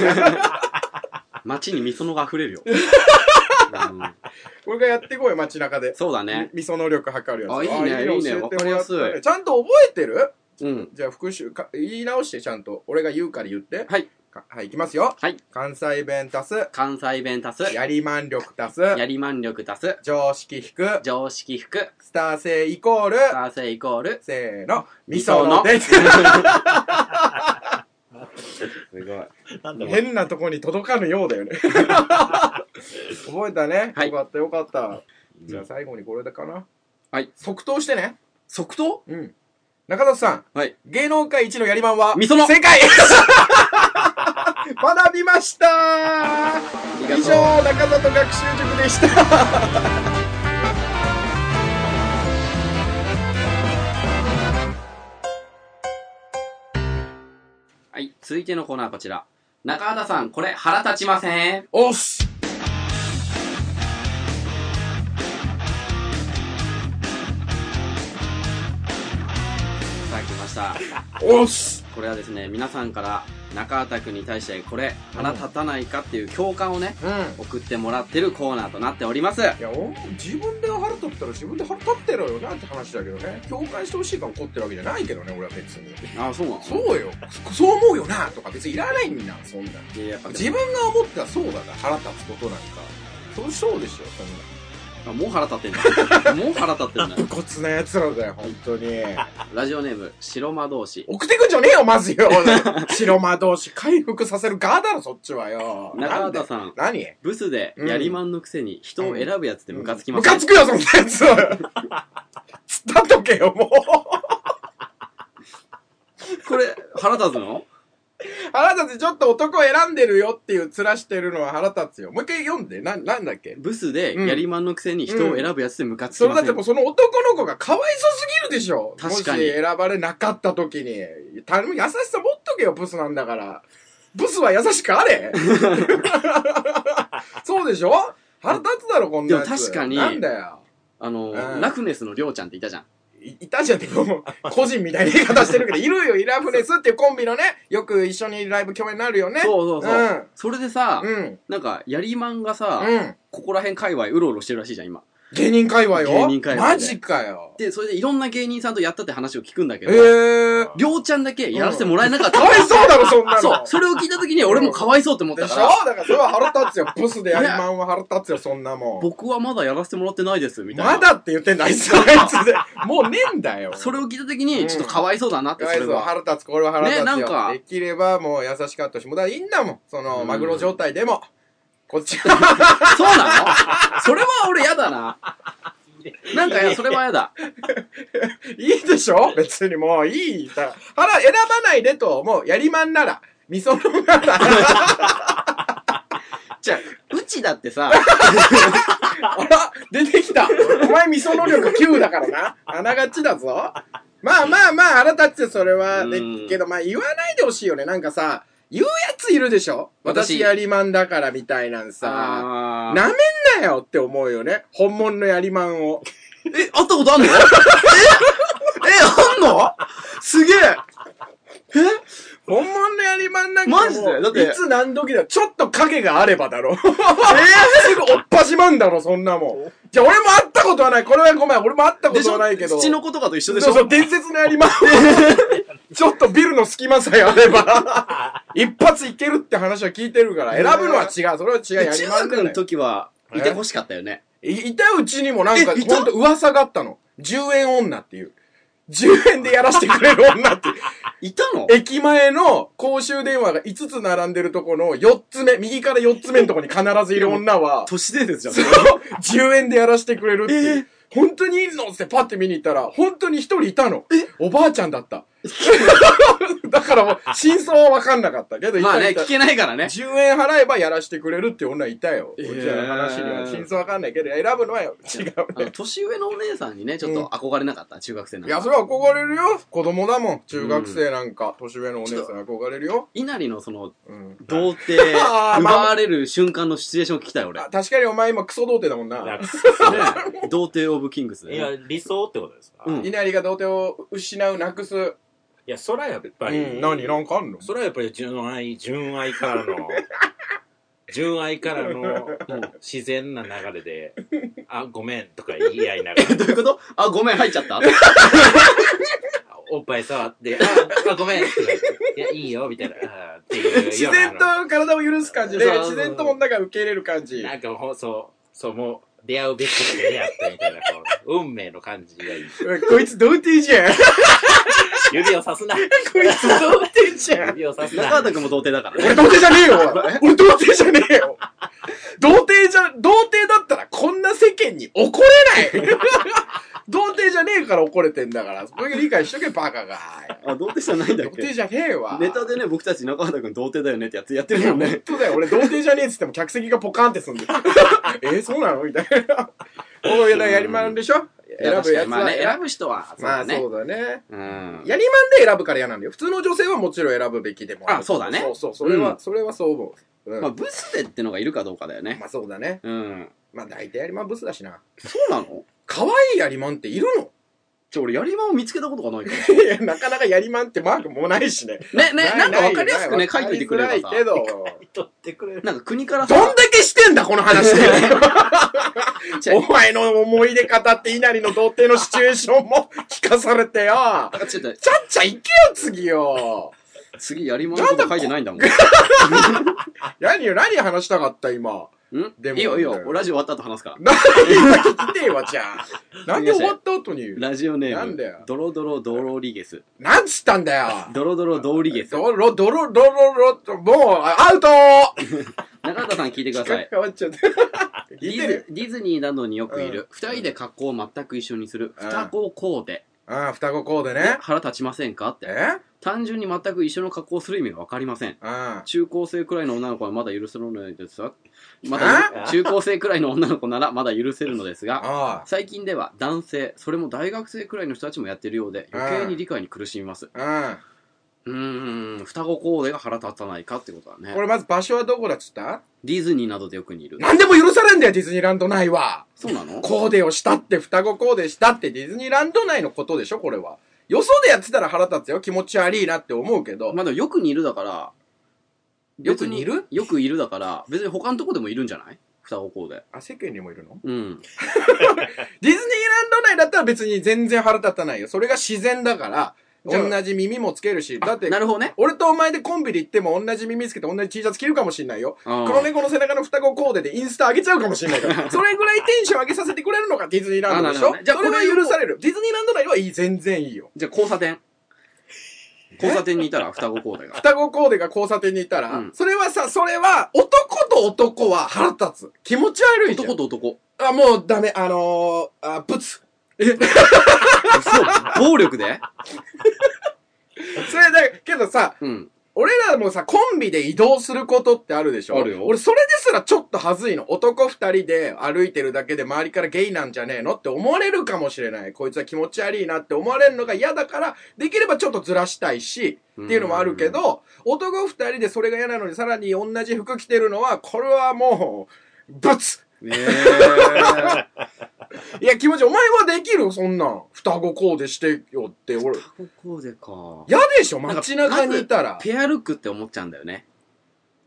街に味噌のが溢れる よ。うん
これがやってこいよ、街中で。
そうだね。
み味噌能力測るやつ。
あいいねいいね
教えてもらったね
わかりやすい
ちゃんと覚えてる
うん。
じゃあ復習か、言い直してちゃんと。俺が言うから言って。
はい
か。はい、いきますよ。
はい。
関西弁足す。
関西弁足す。
やりまん力足す。
やりまん力足す。
常識引く。
常識服。
スター性イコール。
男性イコール。
せーの。味
味
噌
噌
の
の
です。
すごい。
なんだこれ。
変なとこに届かぬようだ よね。覚えたね。
はい
よかったよかった。じ
じ
ゃあ
ゃ
最後にこれだかな。
はい。
即答してね。
即答
うん。中里さん。
はい。
芸能界一のやりまんは、
みその
正 解学びました
りがとう
以上、中里学習塾でした。
はい、続いてのコーナーはこちら。中畑さん、これ腹立ちません
おっす
さあ来ました。
おっす
これはですね、皆さんから中畑くんに対してこれ腹立たないかっていう共感をね、
うん。
送ってもらってるコーナーとなっております。
いや、お自分で腹立ったら自分で腹立ってろよなって話だけどね。共感してほしいから怒ってるわけじゃないけどね、俺は別に。
ああ、そうなの
そうよ。そう思うよなとか別にいらないんだ、そんな。
いややっぱ
自分が思ったらそうだから腹立つことなんか。そうそうでしょ、そんな。
あもう腹立ってん だ。もう腹立ってるんだ。
武骨な奴らだよ、本当に。
ラジオネーム、白魔道士。
送ってくんじゃねえよ、まずよ。 白魔同士回復させる側だろ、そっちはよ。
中畑
ん。
さん、
何
ブスでやりまんのくせに人を選ぶやつってムカつきま
ム
す、
カつくよ、そんなやつ。伝っとけよ、もう。
これ、腹立つの
腹立つ、ちょっと男を選んでるよっていう面してるのは腹立つよ。もう一回読んで、な、なんだっけ
ブスでやりまんのくせに人を選ぶやつってムカつき
それ
ま
だ
せ
っ
ん、
てもうその男の子がかわいそすぎるでしょ。
確かに
もし選ばれなかった時に。頼む、優しさ持っとけよ、ブスなんだから。ブスは優しく あれそうでしょ腹立つだろ、こんなやつ。
でも確かに
なんだよ。
あの、
うん
ラフネスのりょうちゃんっていたじゃん。
いいたじゃんって、もう個人みたいな言い方してるけど、いるよ、イラフネスっていうコンビのね、よく一緒にライブ共演になるよね。
そうそうそう。
うん
それでさ、
うん。
なんか、やりまんがさ、
うん。
ここら辺界隈うろうろしてるらしいじゃん、今。
芸人界隈よ。
芸人界隈で
マジかよ。
で、それでいろんな芸人さんとやったって話を聞くんだけ
え
ど、
ー。
りょうちゃんだけやらせてもらえなかった。
かわいそうだろ、そんなの。
そう、それを聞いた時に俺もかわいそうって思っ
で
た
し
か
ょ
ら、
だからそれは腹立つ よ。ブスでやりまんは腹立つよ、そんなもん。
僕はまだやらせてもらってないです、みたいな。
まだって言ってんだ、あい つあいつで。もうねえんだよ。
それを聞いた時
うん
に、ちょっとかわいそうだなって、
かわ
そ
い
れ
そう、
は。
腹立つ、これは腹立つ
ね
よ。
なんか
できればもう優しかったし、もうだからいいんだもん。そ
う
の、
ん
マグロ状態でも。こっちは、
そうなのそれは俺やだ な。なんかや、それはやだ。
いいでしょ別にもういい。だ腹選ばないでと思う。やりまんなら。味噌のなら。
じゃあ、うちだってさ、
あら、出てきた。お前味噌能力9だからな。あながちだぞ。まあまあまあ、腹立つよ、それは。で
うん
けど、まあ言わないでほしいよね。なんかさ、言うやついるでしょ
私
私やりまんだからみたいなん さ。
あー
なめんなよって思うよね。本物のやりまんを。
え、会ったことあんの ええ、あんのすげえ
本物のやりまんなんか
マジでだって
いつ何時だよちょっと影があればだろ。え すぐ追っ始まんだろ、そんなもん。じゃあ俺も会ったことはない。これはごめん。俺も会ったこ
でし
と
ょ
はないけど。
土の子とかと一緒でし
そ
ょ
うそう、伝説のやりまんちょっとビルの隙間さえあれば、一発いけるって話は聞いてるから、選ぶのは違う。それは違う。やり
中
まん
学
だ
の
よ。
時は、
え
いてほしかったよね。
いいたうちにもなんか、
えいた
ほんと噂があったの。10円女っていう。10円でやらしてくれる女っていう。
いたの
駅前の公衆電話が5つ並んでるとこの4つ目、右から4つ目のとこに必ずいる女は、
都市伝説じゃん
そ。う、10円で やらしてくれるっていう。本当にいるのってパッて見に行ったら、本当に一人いたの。おばあちゃんだった。 だからもう、真相は分かんなかったけど、い
まあ
た
ね、
いた
聞けないからね。
10円払えばやらしてくれるって女いたよ。
え
うち
ー
らの話には。真相わかんないけど、選ぶのは違う
あの
ね。
年上のお姉さんにね、ちょっと憧れなかった、中学生ないん
や、
か。
それは憧れるよ。子供だもん。中学生なんか、年上のお姉さん憧れるよ。
稲荷のその、
うん。
童貞、
あーまあ
奪われる瞬間のシチュエーション聞きたい、俺。
あ確かにお前今クソ童貞だもんな。
ね童貞オブキングス
いや
ね。、
理想ってことですか
うん
い
稲荷が童貞を失う、なくす。う
や、そらやっぱり。
ん。何なんかあんの
それはやっぱり純愛、純愛から の、純愛からの、もう自然な流れで、あ、ごめんとか言い合いながら、
どういうことあ、ごめん、入っちゃ った
おっぱい触って、あ、あごめんとか言って、いや、いいよ、みたいな、あーっていう。
自然と体を許す感じで、
そう
自然と女が受け入れる感じ。
なんかほんそう、そう、もう、出会うべき人で出会ったみたいな、こう、運命の感じがいい。
こいつ童貞じゃん。
指指をさすな。
こいつ童貞じゃん。
指をさすな。
中畑君も童貞だからね。
俺童貞じゃねえよ 俺童貞じゃねえよ童貞じゃ、童貞だったらこんな世間に怒れない 童貞じゃねえから怒れてんだから、そこだけ理解しとけ、バカが。
あ、童貞じゃないんだっ
童
け
貞じゃねえわ。
ネタでね、僕たち中畑君童貞だよねってやつやってるもん
いや
ね。
本当だよ。俺、童貞じゃねえっつっても客席がポカーンってすんで。 えー、そうなのみたいな。こういうのやりまんでしょ選ぶやつ
まあ
は
ね、選
選ぶ。
ぶ人は、
まあ、
ね
そうだね。
うん。
やりまんで選ぶから嫌なんだよ。普通の女性はもちろん選ぶべきでもる
あそうだね
そうそう、それは、
うん
それはそう思う。うん
まあ、ブスでってのがいるかどうかだよね。
まあ、そうだね。
うん。
まあ、大体やりまんブスだしな。
そうなの
可愛いやりまんっているの
ちょ、俺、やりまんを見つけたことがないから。
いや、なかなかやりまんってマークもないしね。
ね、ね、なんかわかりやすくね、書
ない
といてくれれば
わかり
さ。
づらいけど。
取ってくれる。
なんか国からさ、
どんだけしてんだ、この話で。
ちょ
お前の思い出語って稲荷の童貞のシチュエーションも聞かされてよ。
あちょっと、
ちゃっちゃ行けよ、次よ。
次やりまんのこと書いてないんだもん。
何よ、何話したかった、今。
うん
でも
いいよいいよ。ラジオ終わった後話すから。
何今聞きてえわ、じゃあ。なんで終わった後に。
ラジオネ
な
ー
ん
ム
だよ、
ドロドロドロリゲス。
なんつったんだよ。
ドロドロドリゲス。
ドロ、ドロ、ドロ、ドロ、もう、アウト
中畑さん聞いてくだ さい。
変わっちゃった。
デ
聞い
ィ
てるよ
ズ。ディズニーなどによくいる、二人で格好を全く一緒にする、
うん
双子コーデ。
ああ、双子コーデね。
腹立ちませんかって。
え
単純に全く一緒の格好をする意味がわかりません。
ああ。
中高生くらいの女の子はまだ許せるのですが、まだ、
あ
中高生くらいの女の子ならまだ許せるのですが、
あ
最近では男性、それも大学生くらいの人たちもやってるようで、余計に理解に苦しみます。
あ。あ
うーん、双子コーデが腹立たないかってことだ
あ。
ね
こ。れまず場所はどこだっつった
ディズニーなどでよくにいる。
何でも許されんだよ、ディズニーランド内は。
そうなの
コーデをしたって、双子コーデしたって、ディズニーランド内のことでしょ、これは。よそでやってたら腹立つよ、気持ち悪いなって思うけど。
まあでもよくにいるだから、
よくにいる
別よくいるだから、別に他のとこでもいるんじゃない双子コーデ。
あ、世間にもいるの
うん。
ディズニーランド内だったら別に全然腹立たないよ。それが自然だから、
じゃあ
同じ耳もつけるし、だって
な、るほどね。
俺とお前でコンビで行っても同じ耳つけて同じ T シャツ着るかもしんないよ。
あー
黒猫の背中の双子コーデでインスタ上げちゃうかもしれないから、それぐらいテンション上げさせてくれるのがディズニーランドでし
あ
ょ
なるほどねじゃあ
それは
これを
許される。ディズニーランド内はいい、全然いいよ。
じゃあ交差点。交差点にいたら双子コーデが。
双子コーデが交差点にいたら、
うん
それはさ、それは男と男は腹立つ。気持ち悪いじゃん。
男と男。
あ、もうダメ、あのー、あ、ブツ。
そう、暴力で
それだけどさ、
うん。
俺らもさ、コンビで移動することってあるでしょ
あるよ
俺それですらちょっと恥ずいの。男二人で歩いてるだけで周りからゲイなんじゃねえのって思われるかもしれない。こいつは気持ち悪いなって思われるのが嫌だから、できればちょっとずらしたいし、っていうのもあるけど、男二人でそれが嫌なのにさらに同じ服着てるのは、これはもう、ブツ
えー。
いや気持ち、お前はできるそんなん。双子コーデしてよって、俺。
双子コーデか。
嫌でしょ街中にいたら。
ペアルックって思っちゃうんだよね。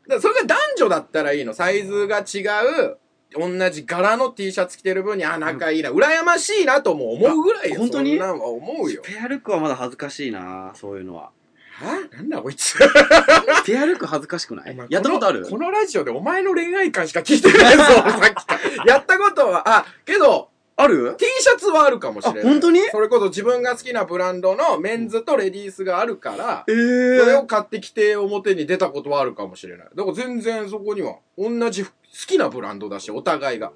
だからそれが男女だったらいいの。サイズが違う、同じ柄の T シャツ着てる分に、あ、仲いいな、羨ましいなとも思うぐらいよ。
あ本当に
そんなんは思うよ。
ペアルックはまだ恥ずかしいなそういうの は。
はなんだこいつ。
ペアルック恥ずかしくな
お
い
前
やったことある
のこのラジオでお前の恋愛観しか聞いて ないぞ、さっきから。やったことは、あ、けど、
ある
T シャツはあるかもしれない。
あ本当に
それこそ自分が好きなブランドのメンズとレディースがあるから、
ええ
それを買ってきて表に出たことはあるかもしれない。だから全然そこには同じ好きなブランドだし、お互いが。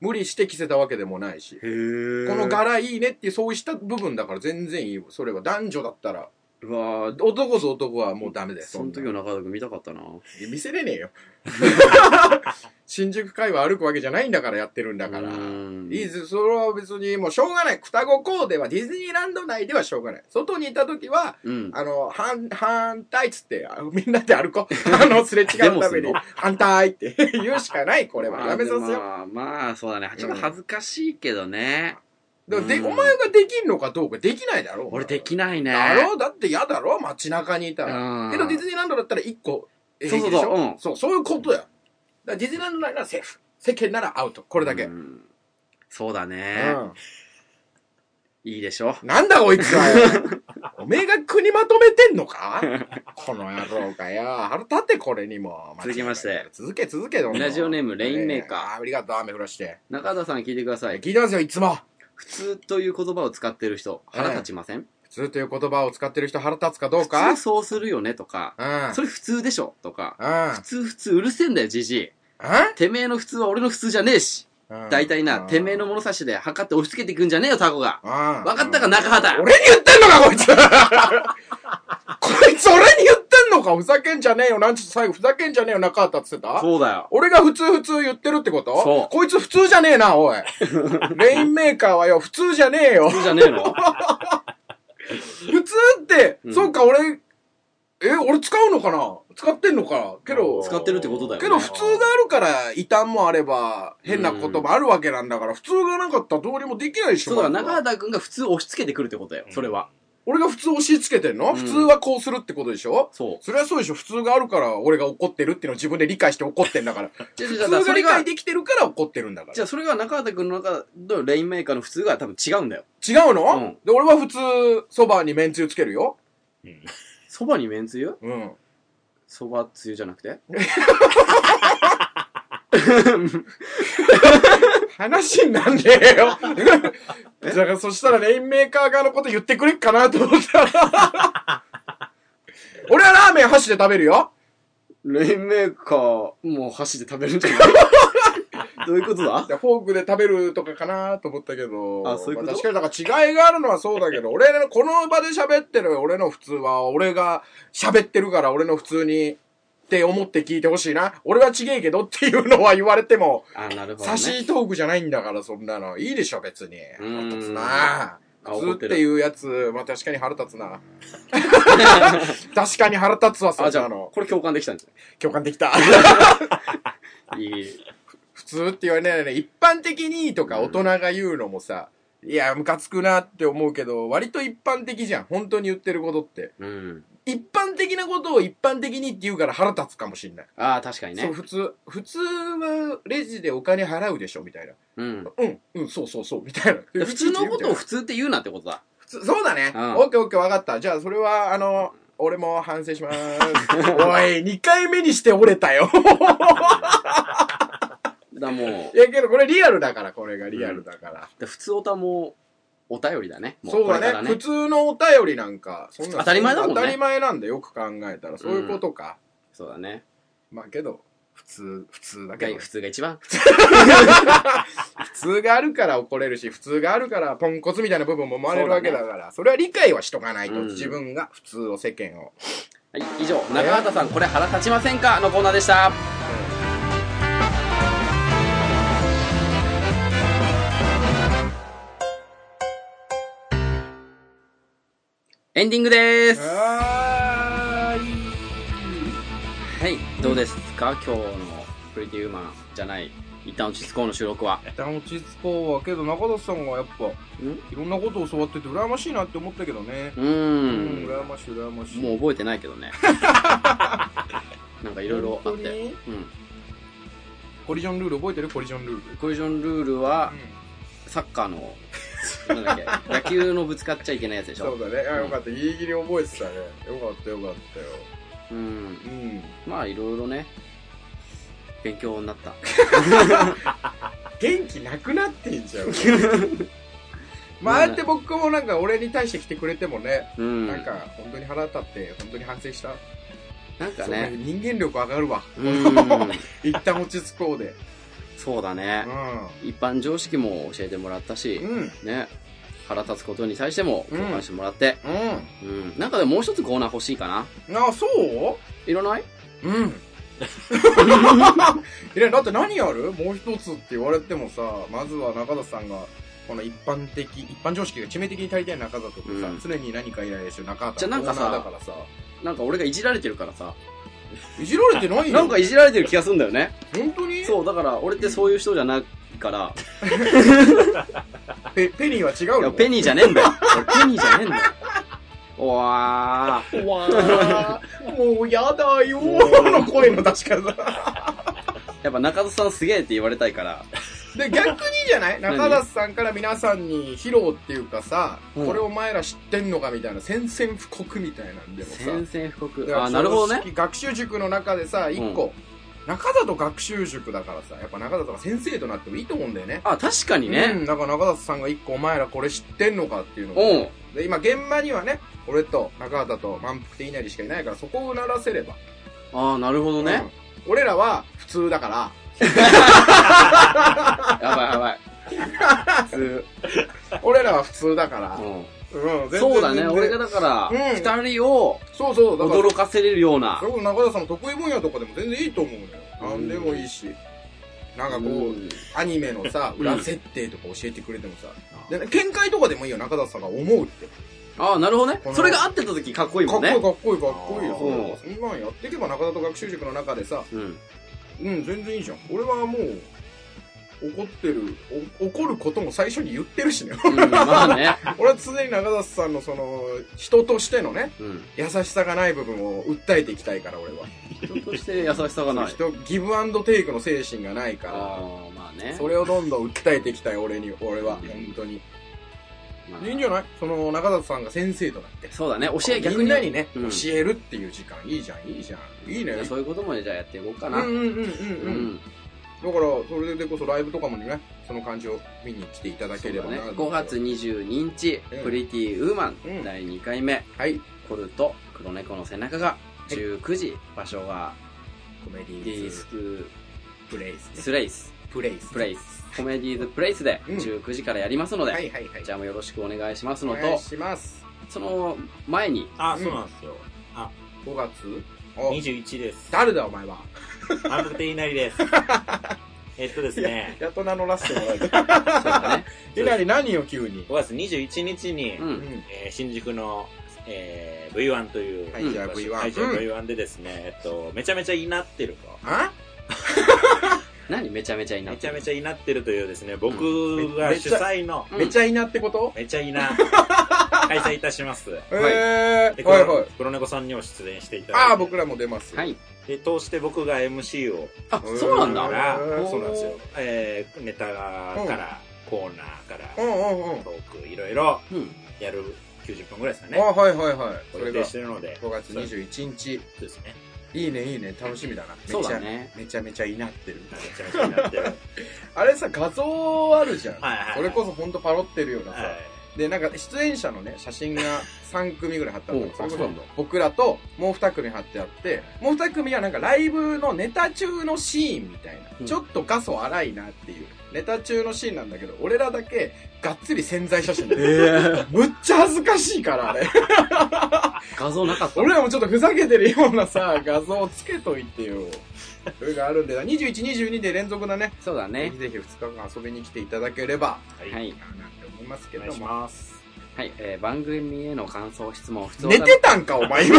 無理して着せたわけでもないし。
へー
この柄いいねっていうそうした部分だから全然いいよ。それは男女だったら。
うわー
男ぞ男はもうダメだよ。
その時
んな
の中田君見たかったなぁ
いや見せれ ねえよ。新宿会は歩くわけじゃないんだからやってるんだから。
うーん
いいです。それは別にもうしょうがない。双子コーデはディズニーランド内ではしょうがない。外にいた時は、
うん。
あの、反、反対っつって、あのみんなで歩こう。 あの、すれ違うため
デモすん
に
の、
反対って言うしかない、これは。やめさせよ
まあ、まあ、そうだね。ちょっと恥ずかしいけどね。
う。でもで、
うん
お前ができんのかどうかできないだろ。
俺できないね。
だろだって嫌だろ街中にいたら。
うん
けどディズニーランドだったら1個、え
そうそうそう
平気でしょ
うん
そう、そういうことや。だからディズニーランドならセーフ。世間ならアウト。これだけ。
う
うん
んそうだね。いいでしょ。
なんだこいつはよおめえが国まとめてんのかこの野郎かよ。腹立ってこれにも。
続きまして。
続け続けどんどん
ラジオネームレインメーカー
ねえあありがとう、雨降らして。
中田さん聞いてください。
聞いてますよ、いつも。
普通という言葉を使ってる人、腹立ちません
普通という言葉を使ってる人腹立つかどうか
普通そうするよねとか、
うん。うん。
それ普通でしょとか、
うん
普。通普通うるせえんだよ、じじい。てめえの普通は俺の普通じゃねえし。
うん
大体な、てめえの。物差しで測って押し付けていくんじゃねえよ、タコが。
うん。わ
わかったか、中畑。
俺に言ってんのか、こいつこいつ俺に言ってんのかふざけんじゃねえよ。なんちゅう最後、ふざけんじゃねえよ、中畑っつってた
そうだよ。
俺が普通普通言ってるってこと
そう
こいつ普通じゃねえ な、おい。レインメーカーはよ、普通じゃねえよ
普。通じゃねえ の
普通って、
うん
そうか、俺、え、俺使うのかな使ってんのかなけど、
使ってるってことだよね
けど普通があるから、異端もあれば、変なこともあるわけなんだから、普通がなかったらどうにもできないでしょ。
そうだ、
まず
中
は
畑くんが普通押し付けてくるってことだよ、それは。
俺が普通押し付けてんの、
ん
普通はこうするってことでしょ
そう。
それはそうでしょ普通があるから、俺が怒ってるっていうのを自分で理解して怒ってんだから。
じゃあ
普
じゃあじゃあ
通
そ
が
れ
理
が
解、できてるから怒ってるんだから
じ。ゃあそれが中畑くんの中のレインメーカーの普通が多分違うんだよ。
違うの、
うん
で、俺は普通、そばにめんつゆつけるよ。
うん
そばにめんつゆ
うん。
そばつゆじゃなくて
話になんねえ よ。だからそしたらレインメーカー側のこと言ってくれっかなと思った ら。俺はラーメン箸で食べるよ。
レインメーカー、もう箸で食べるん じゃないどういうことだ
でフォークで食べるとかかなと思ったけど。
あそういうこと
ま確かに、だから違いがあるのはそうだ けど、俺の、この場で喋ってる俺の普通は、俺が喋ってるから俺の普通にって思って聞いてほしいな。俺は違えけどっていうのは言われても、
あ、なるほど、
差
ね。
しトークじゃないんだから、そんなの。いいでしょ、別に。
うん
腹立つな
あ
普
怒っ
通
て
って
る。
いうやつ、まあ確かに腹立 つな。確かに腹立つわ、そ
あ、
う
じゃ
な
あ、
の
こ。れ共感できたんじ
共感で きた。
ゃないいい。
普通って言われないよね。一般的にとか
うん
大人が言うのもさ、いや、ムカつくなって思うけど、割と一般的じゃん。本当に言ってることって。
うん。
一般的なことを一般的にって言うから腹立つかもしんない。
ああ、確かに
そう、
ね。
普通、普通はレジでお金払うでしょ、みたいな。
うん。
うん、うん、そうそうそう、みたいな。
普通のことを
を
普通って言うなってことだ。
普通そうだね。
う
オ
ん
ッケーオッケー、わかった。じゃあ、それは、あの、俺も反省します。おい、2回目にして折れたよ。
だからもう
い、や、けどこれリアルだから、これがリアルだから。
で普通おたもお便りだね。も
そう
これか
だ
ら
ね。普通のお便りなんか、そんな
当たり前だもんね
当たり前なんだよ、よく考えたら。そういうことか。
そうだね。
まあ、けど、普通、普通だけど
が。普通が一番。
普通があるから怒れるし、普通があるからポンコツみたいな部分も生まれるわけだから、それは理解はしとかないと、
うん
自分が普通を、世間を。
はい、以上、中畑さん、これ腹立ちませんかのコーナーでした。エンディングです。は
あーいい
い、どうですか今日のプリティウーマンじゃない、一旦落ち着こうの収録は。
一旦落ち着こうはけど中田さんがやっぱいろんなことを教わってて羨ましいなって思ったけどね
う
うん
ん。
羨ましい羨ましい
もう覚えてないけ どね。なんかいろいろあっ
本当
て。
に
うん。
コリジョンルール覚えてるコリジョンルール
コリジョンルールは、サッカーの、なんだっけ、 野球のぶつかっちゃいけないやつでし
そ
ょ
う。だねあ
うん
よかったギリギリ覚えてたねよかったよかったよ
うん。
うん
まあ、いろいろね、勉強になった。
元気なくなってんじゃん まあああやって僕もなんか俺に対して来てくれてもね
うん。
なんか本当に腹立って本当に反省した
なんか
そ
ね、
う人間力上がるわ
うん。
一旦落ち着こう で
そうだね。一般常識も教えてもらったし
う、んうん
ね、腹立つことに対しても共感してもらって、う
う
ん。なんかでももう一つコーナー欲しいかな。
んあそう
いらない
うん。いや、だって何やるもう一つって言われてもさ、まずは中田さんが、この一般的、一般常識が致命的に足りてない中田とかさ、
うん
常に何かイライラしてる中田
じゃあなんかさ
オーナーだからさ、
なんか俺がいじられてるからさ、
いじられてないよ。
なんかいじられてる気がするんだよね。
本当に
そう、だから俺ってそういう人じゃないから、
ペペニーは違
いうや、
の
ペニーじゃねえんだよ。俺ペニーじゃねえんだよ。おわー。
わーもうやだよーの声の出し方。
やっぱ中田さんすげえって言われたいから。
で、逆にじゃない中田さんから皆さんに披露っていうかさ、
うん
これお前ら知ってんのかみたいな、宣戦布告みたいなんでもさ。
宣戦布告。
だから
あー、なるほど
常
ね。
識学習塾の中でさ、一個、中里学習塾だからさ、やっぱ中里が先生となってもいいと思うんだよね。
あ、確かに
う
ね。
ん、だから中里さんが一個お前らこれ知ってんのかっていうのが
うん。
で、今現場にはね、俺と中畑と満腹でいなりしかいないから、そこをうならせれば。
ああ、なるほどね。
うん俺らは普通だから、
やばいやばい。普通。
俺らは普通だから。
う
うん、全
ん。
然
そうだね。
全然
俺がだか
う
ら、
ん
二人を
そうそう、だから
驚、かせれるような
そ。れこそ中田さんの得意分野とかでも全然いいと思うのよ。なんでもいいし。なんかこう、
ん
アニメのさ、
うん
裏設定とか教えてくれてもさ、でね見解とかでもいいよ、中田さんが思うって。
ああ、なるほどね
こ。の
それが合ってた時かっこいいも
かっ
ん
こいい
ね。
かっこいいかっこいいよ。そ
うん
んなんやっていけば中田と学習塾の中でさ、
うん。
うん、全然いいじゃん。俺はもう、怒ってる、お怒ることも最初に言ってるし ね。
うんまあね。
俺は常に中田さんのその、人としてのね、
うん。
優しさがない部分を訴えていきたいから、俺は。
人として優しさがない。
人、ギブアンドテイクの精神がないから、
ああ、まあね。
それをどんどん訴えていきたい、俺に、俺は、
うん
本当に。
まあ
いいんじゃないその、中田さんが先生となって。
そうだね。教え、逆
み
に。
んなにね、
うん
教えるっていう時間、いいじゃん、いいじゃん。いいね。
そういうこともね、じゃあやっていこうか
うん
な。
うん
うん。
うんうんうん。だから、それでこそライブとかもね、その感じを見に来ていただ
そ
け
う
れ
だ
ば
ね
な。。
5月。22日
うん、
プリティウーマ
う
ン
ん
第2回目、
はい。
コルと黒猫の背中が19時、場所が
コメディ
ディ
ー
ス
ズ
ク
プレイス。
スレイス、
プレイス。
プレイス、コメディーズプレイスで
うん
19時からやりますので、
はいはいはい。
じゃあもうよろしくお願いしますの
お願い
と、
します。
その前 に、
あ、そうなんですよ。
5月お
21です。
誰だお前は。
満腹でいなりです。えっとですね、
やっと名乗らせてもらえた。
そうだね。
えなり何よ急に。
5月21日に
う、。
うんん。
えー新宿の、えー V1 という
は
場所、
い、じゃあ
会場
V1。
V1 でですね、えっと、めちゃめちゃいなってると。
あ
何めちゃめちゃいいな
め
って
ちゃ
る。
めちゃいなってるというですね、僕が主催の
うん
めちゃいなってこと
めちゃいな、開催いたします。
え
はい
ー。
で
はいはい。
黒猫さんにも出演していただいて。
ああ、僕らも出ます。
はい。
で、通して僕が MC を
あ、そうなんだ。
から
へー、
そうなんですよ。えー、ネタから、コーナーか
う
ら、
んうんうん。
トーク、いろいろ
うん。
やる90分ぐらいですか
あ
ね。
はいはいはい。そ
予
れ
定
が
してるので、
5月21日。
そうですね。
いいねいいね、楽しみだな。
そうだね。
めちゃめちゃいなってる。
めちゃめちゃいな ってる。はい
あれさ、画像あるじゃん。
はいはい。
それこ
そ、
そほんとパロってるようなさ。で、なんか出演者のね、写真が3組ぐらい貼ってあったの
おう
それこ
あ
そ
そうなんだ
僕らともう2組貼ってあって、もう2組はなんかライブのネタ中のシーンみたいな、
うん
ちょっと画素荒いなっていう、ネタ中のシーンなんだけど、俺らだけがっつり潜在写真で、
え
むっちゃ恥ずかしいから、あれ。
画像なかった。
俺らもちょっとふざけてるようなさ、画像をつけといてよ。それがあるんでな、21、22で連続だね、
そうだ
ぜ
ね
ひ。ぜひ2日間遊びに来ていただければ、
はい。
はい
いい。かなって思いますけ
お願い
ど
し
も。
ます。
はい。えー番組への感想、質問、普通
寝てたんか、お前今。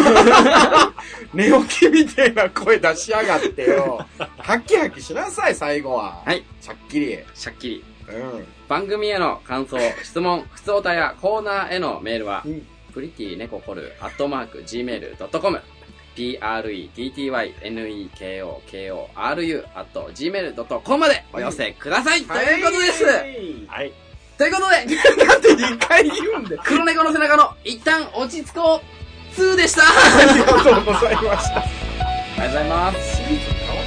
寝起きみたいな声出しやがってよ。ハキハキしなさい、最後は。
はい。
ちゃっきり。
しゃっきり。
うん。
番組への感想、質問、普通おたやコーナーへのメールは、
うん
プリティネココル、アットマーク、gmail.com、p-r-e-t-t-y-n-e-k-o-k-o-r-u、アット、gmail.com までお寄せください、ということです、
はい。
ということで、
なんで2回言うんだよ。
黒猫の背中の一旦落ち着こう2でしたあ
ありがとうございました。
りがとうございます。
シーズン変わる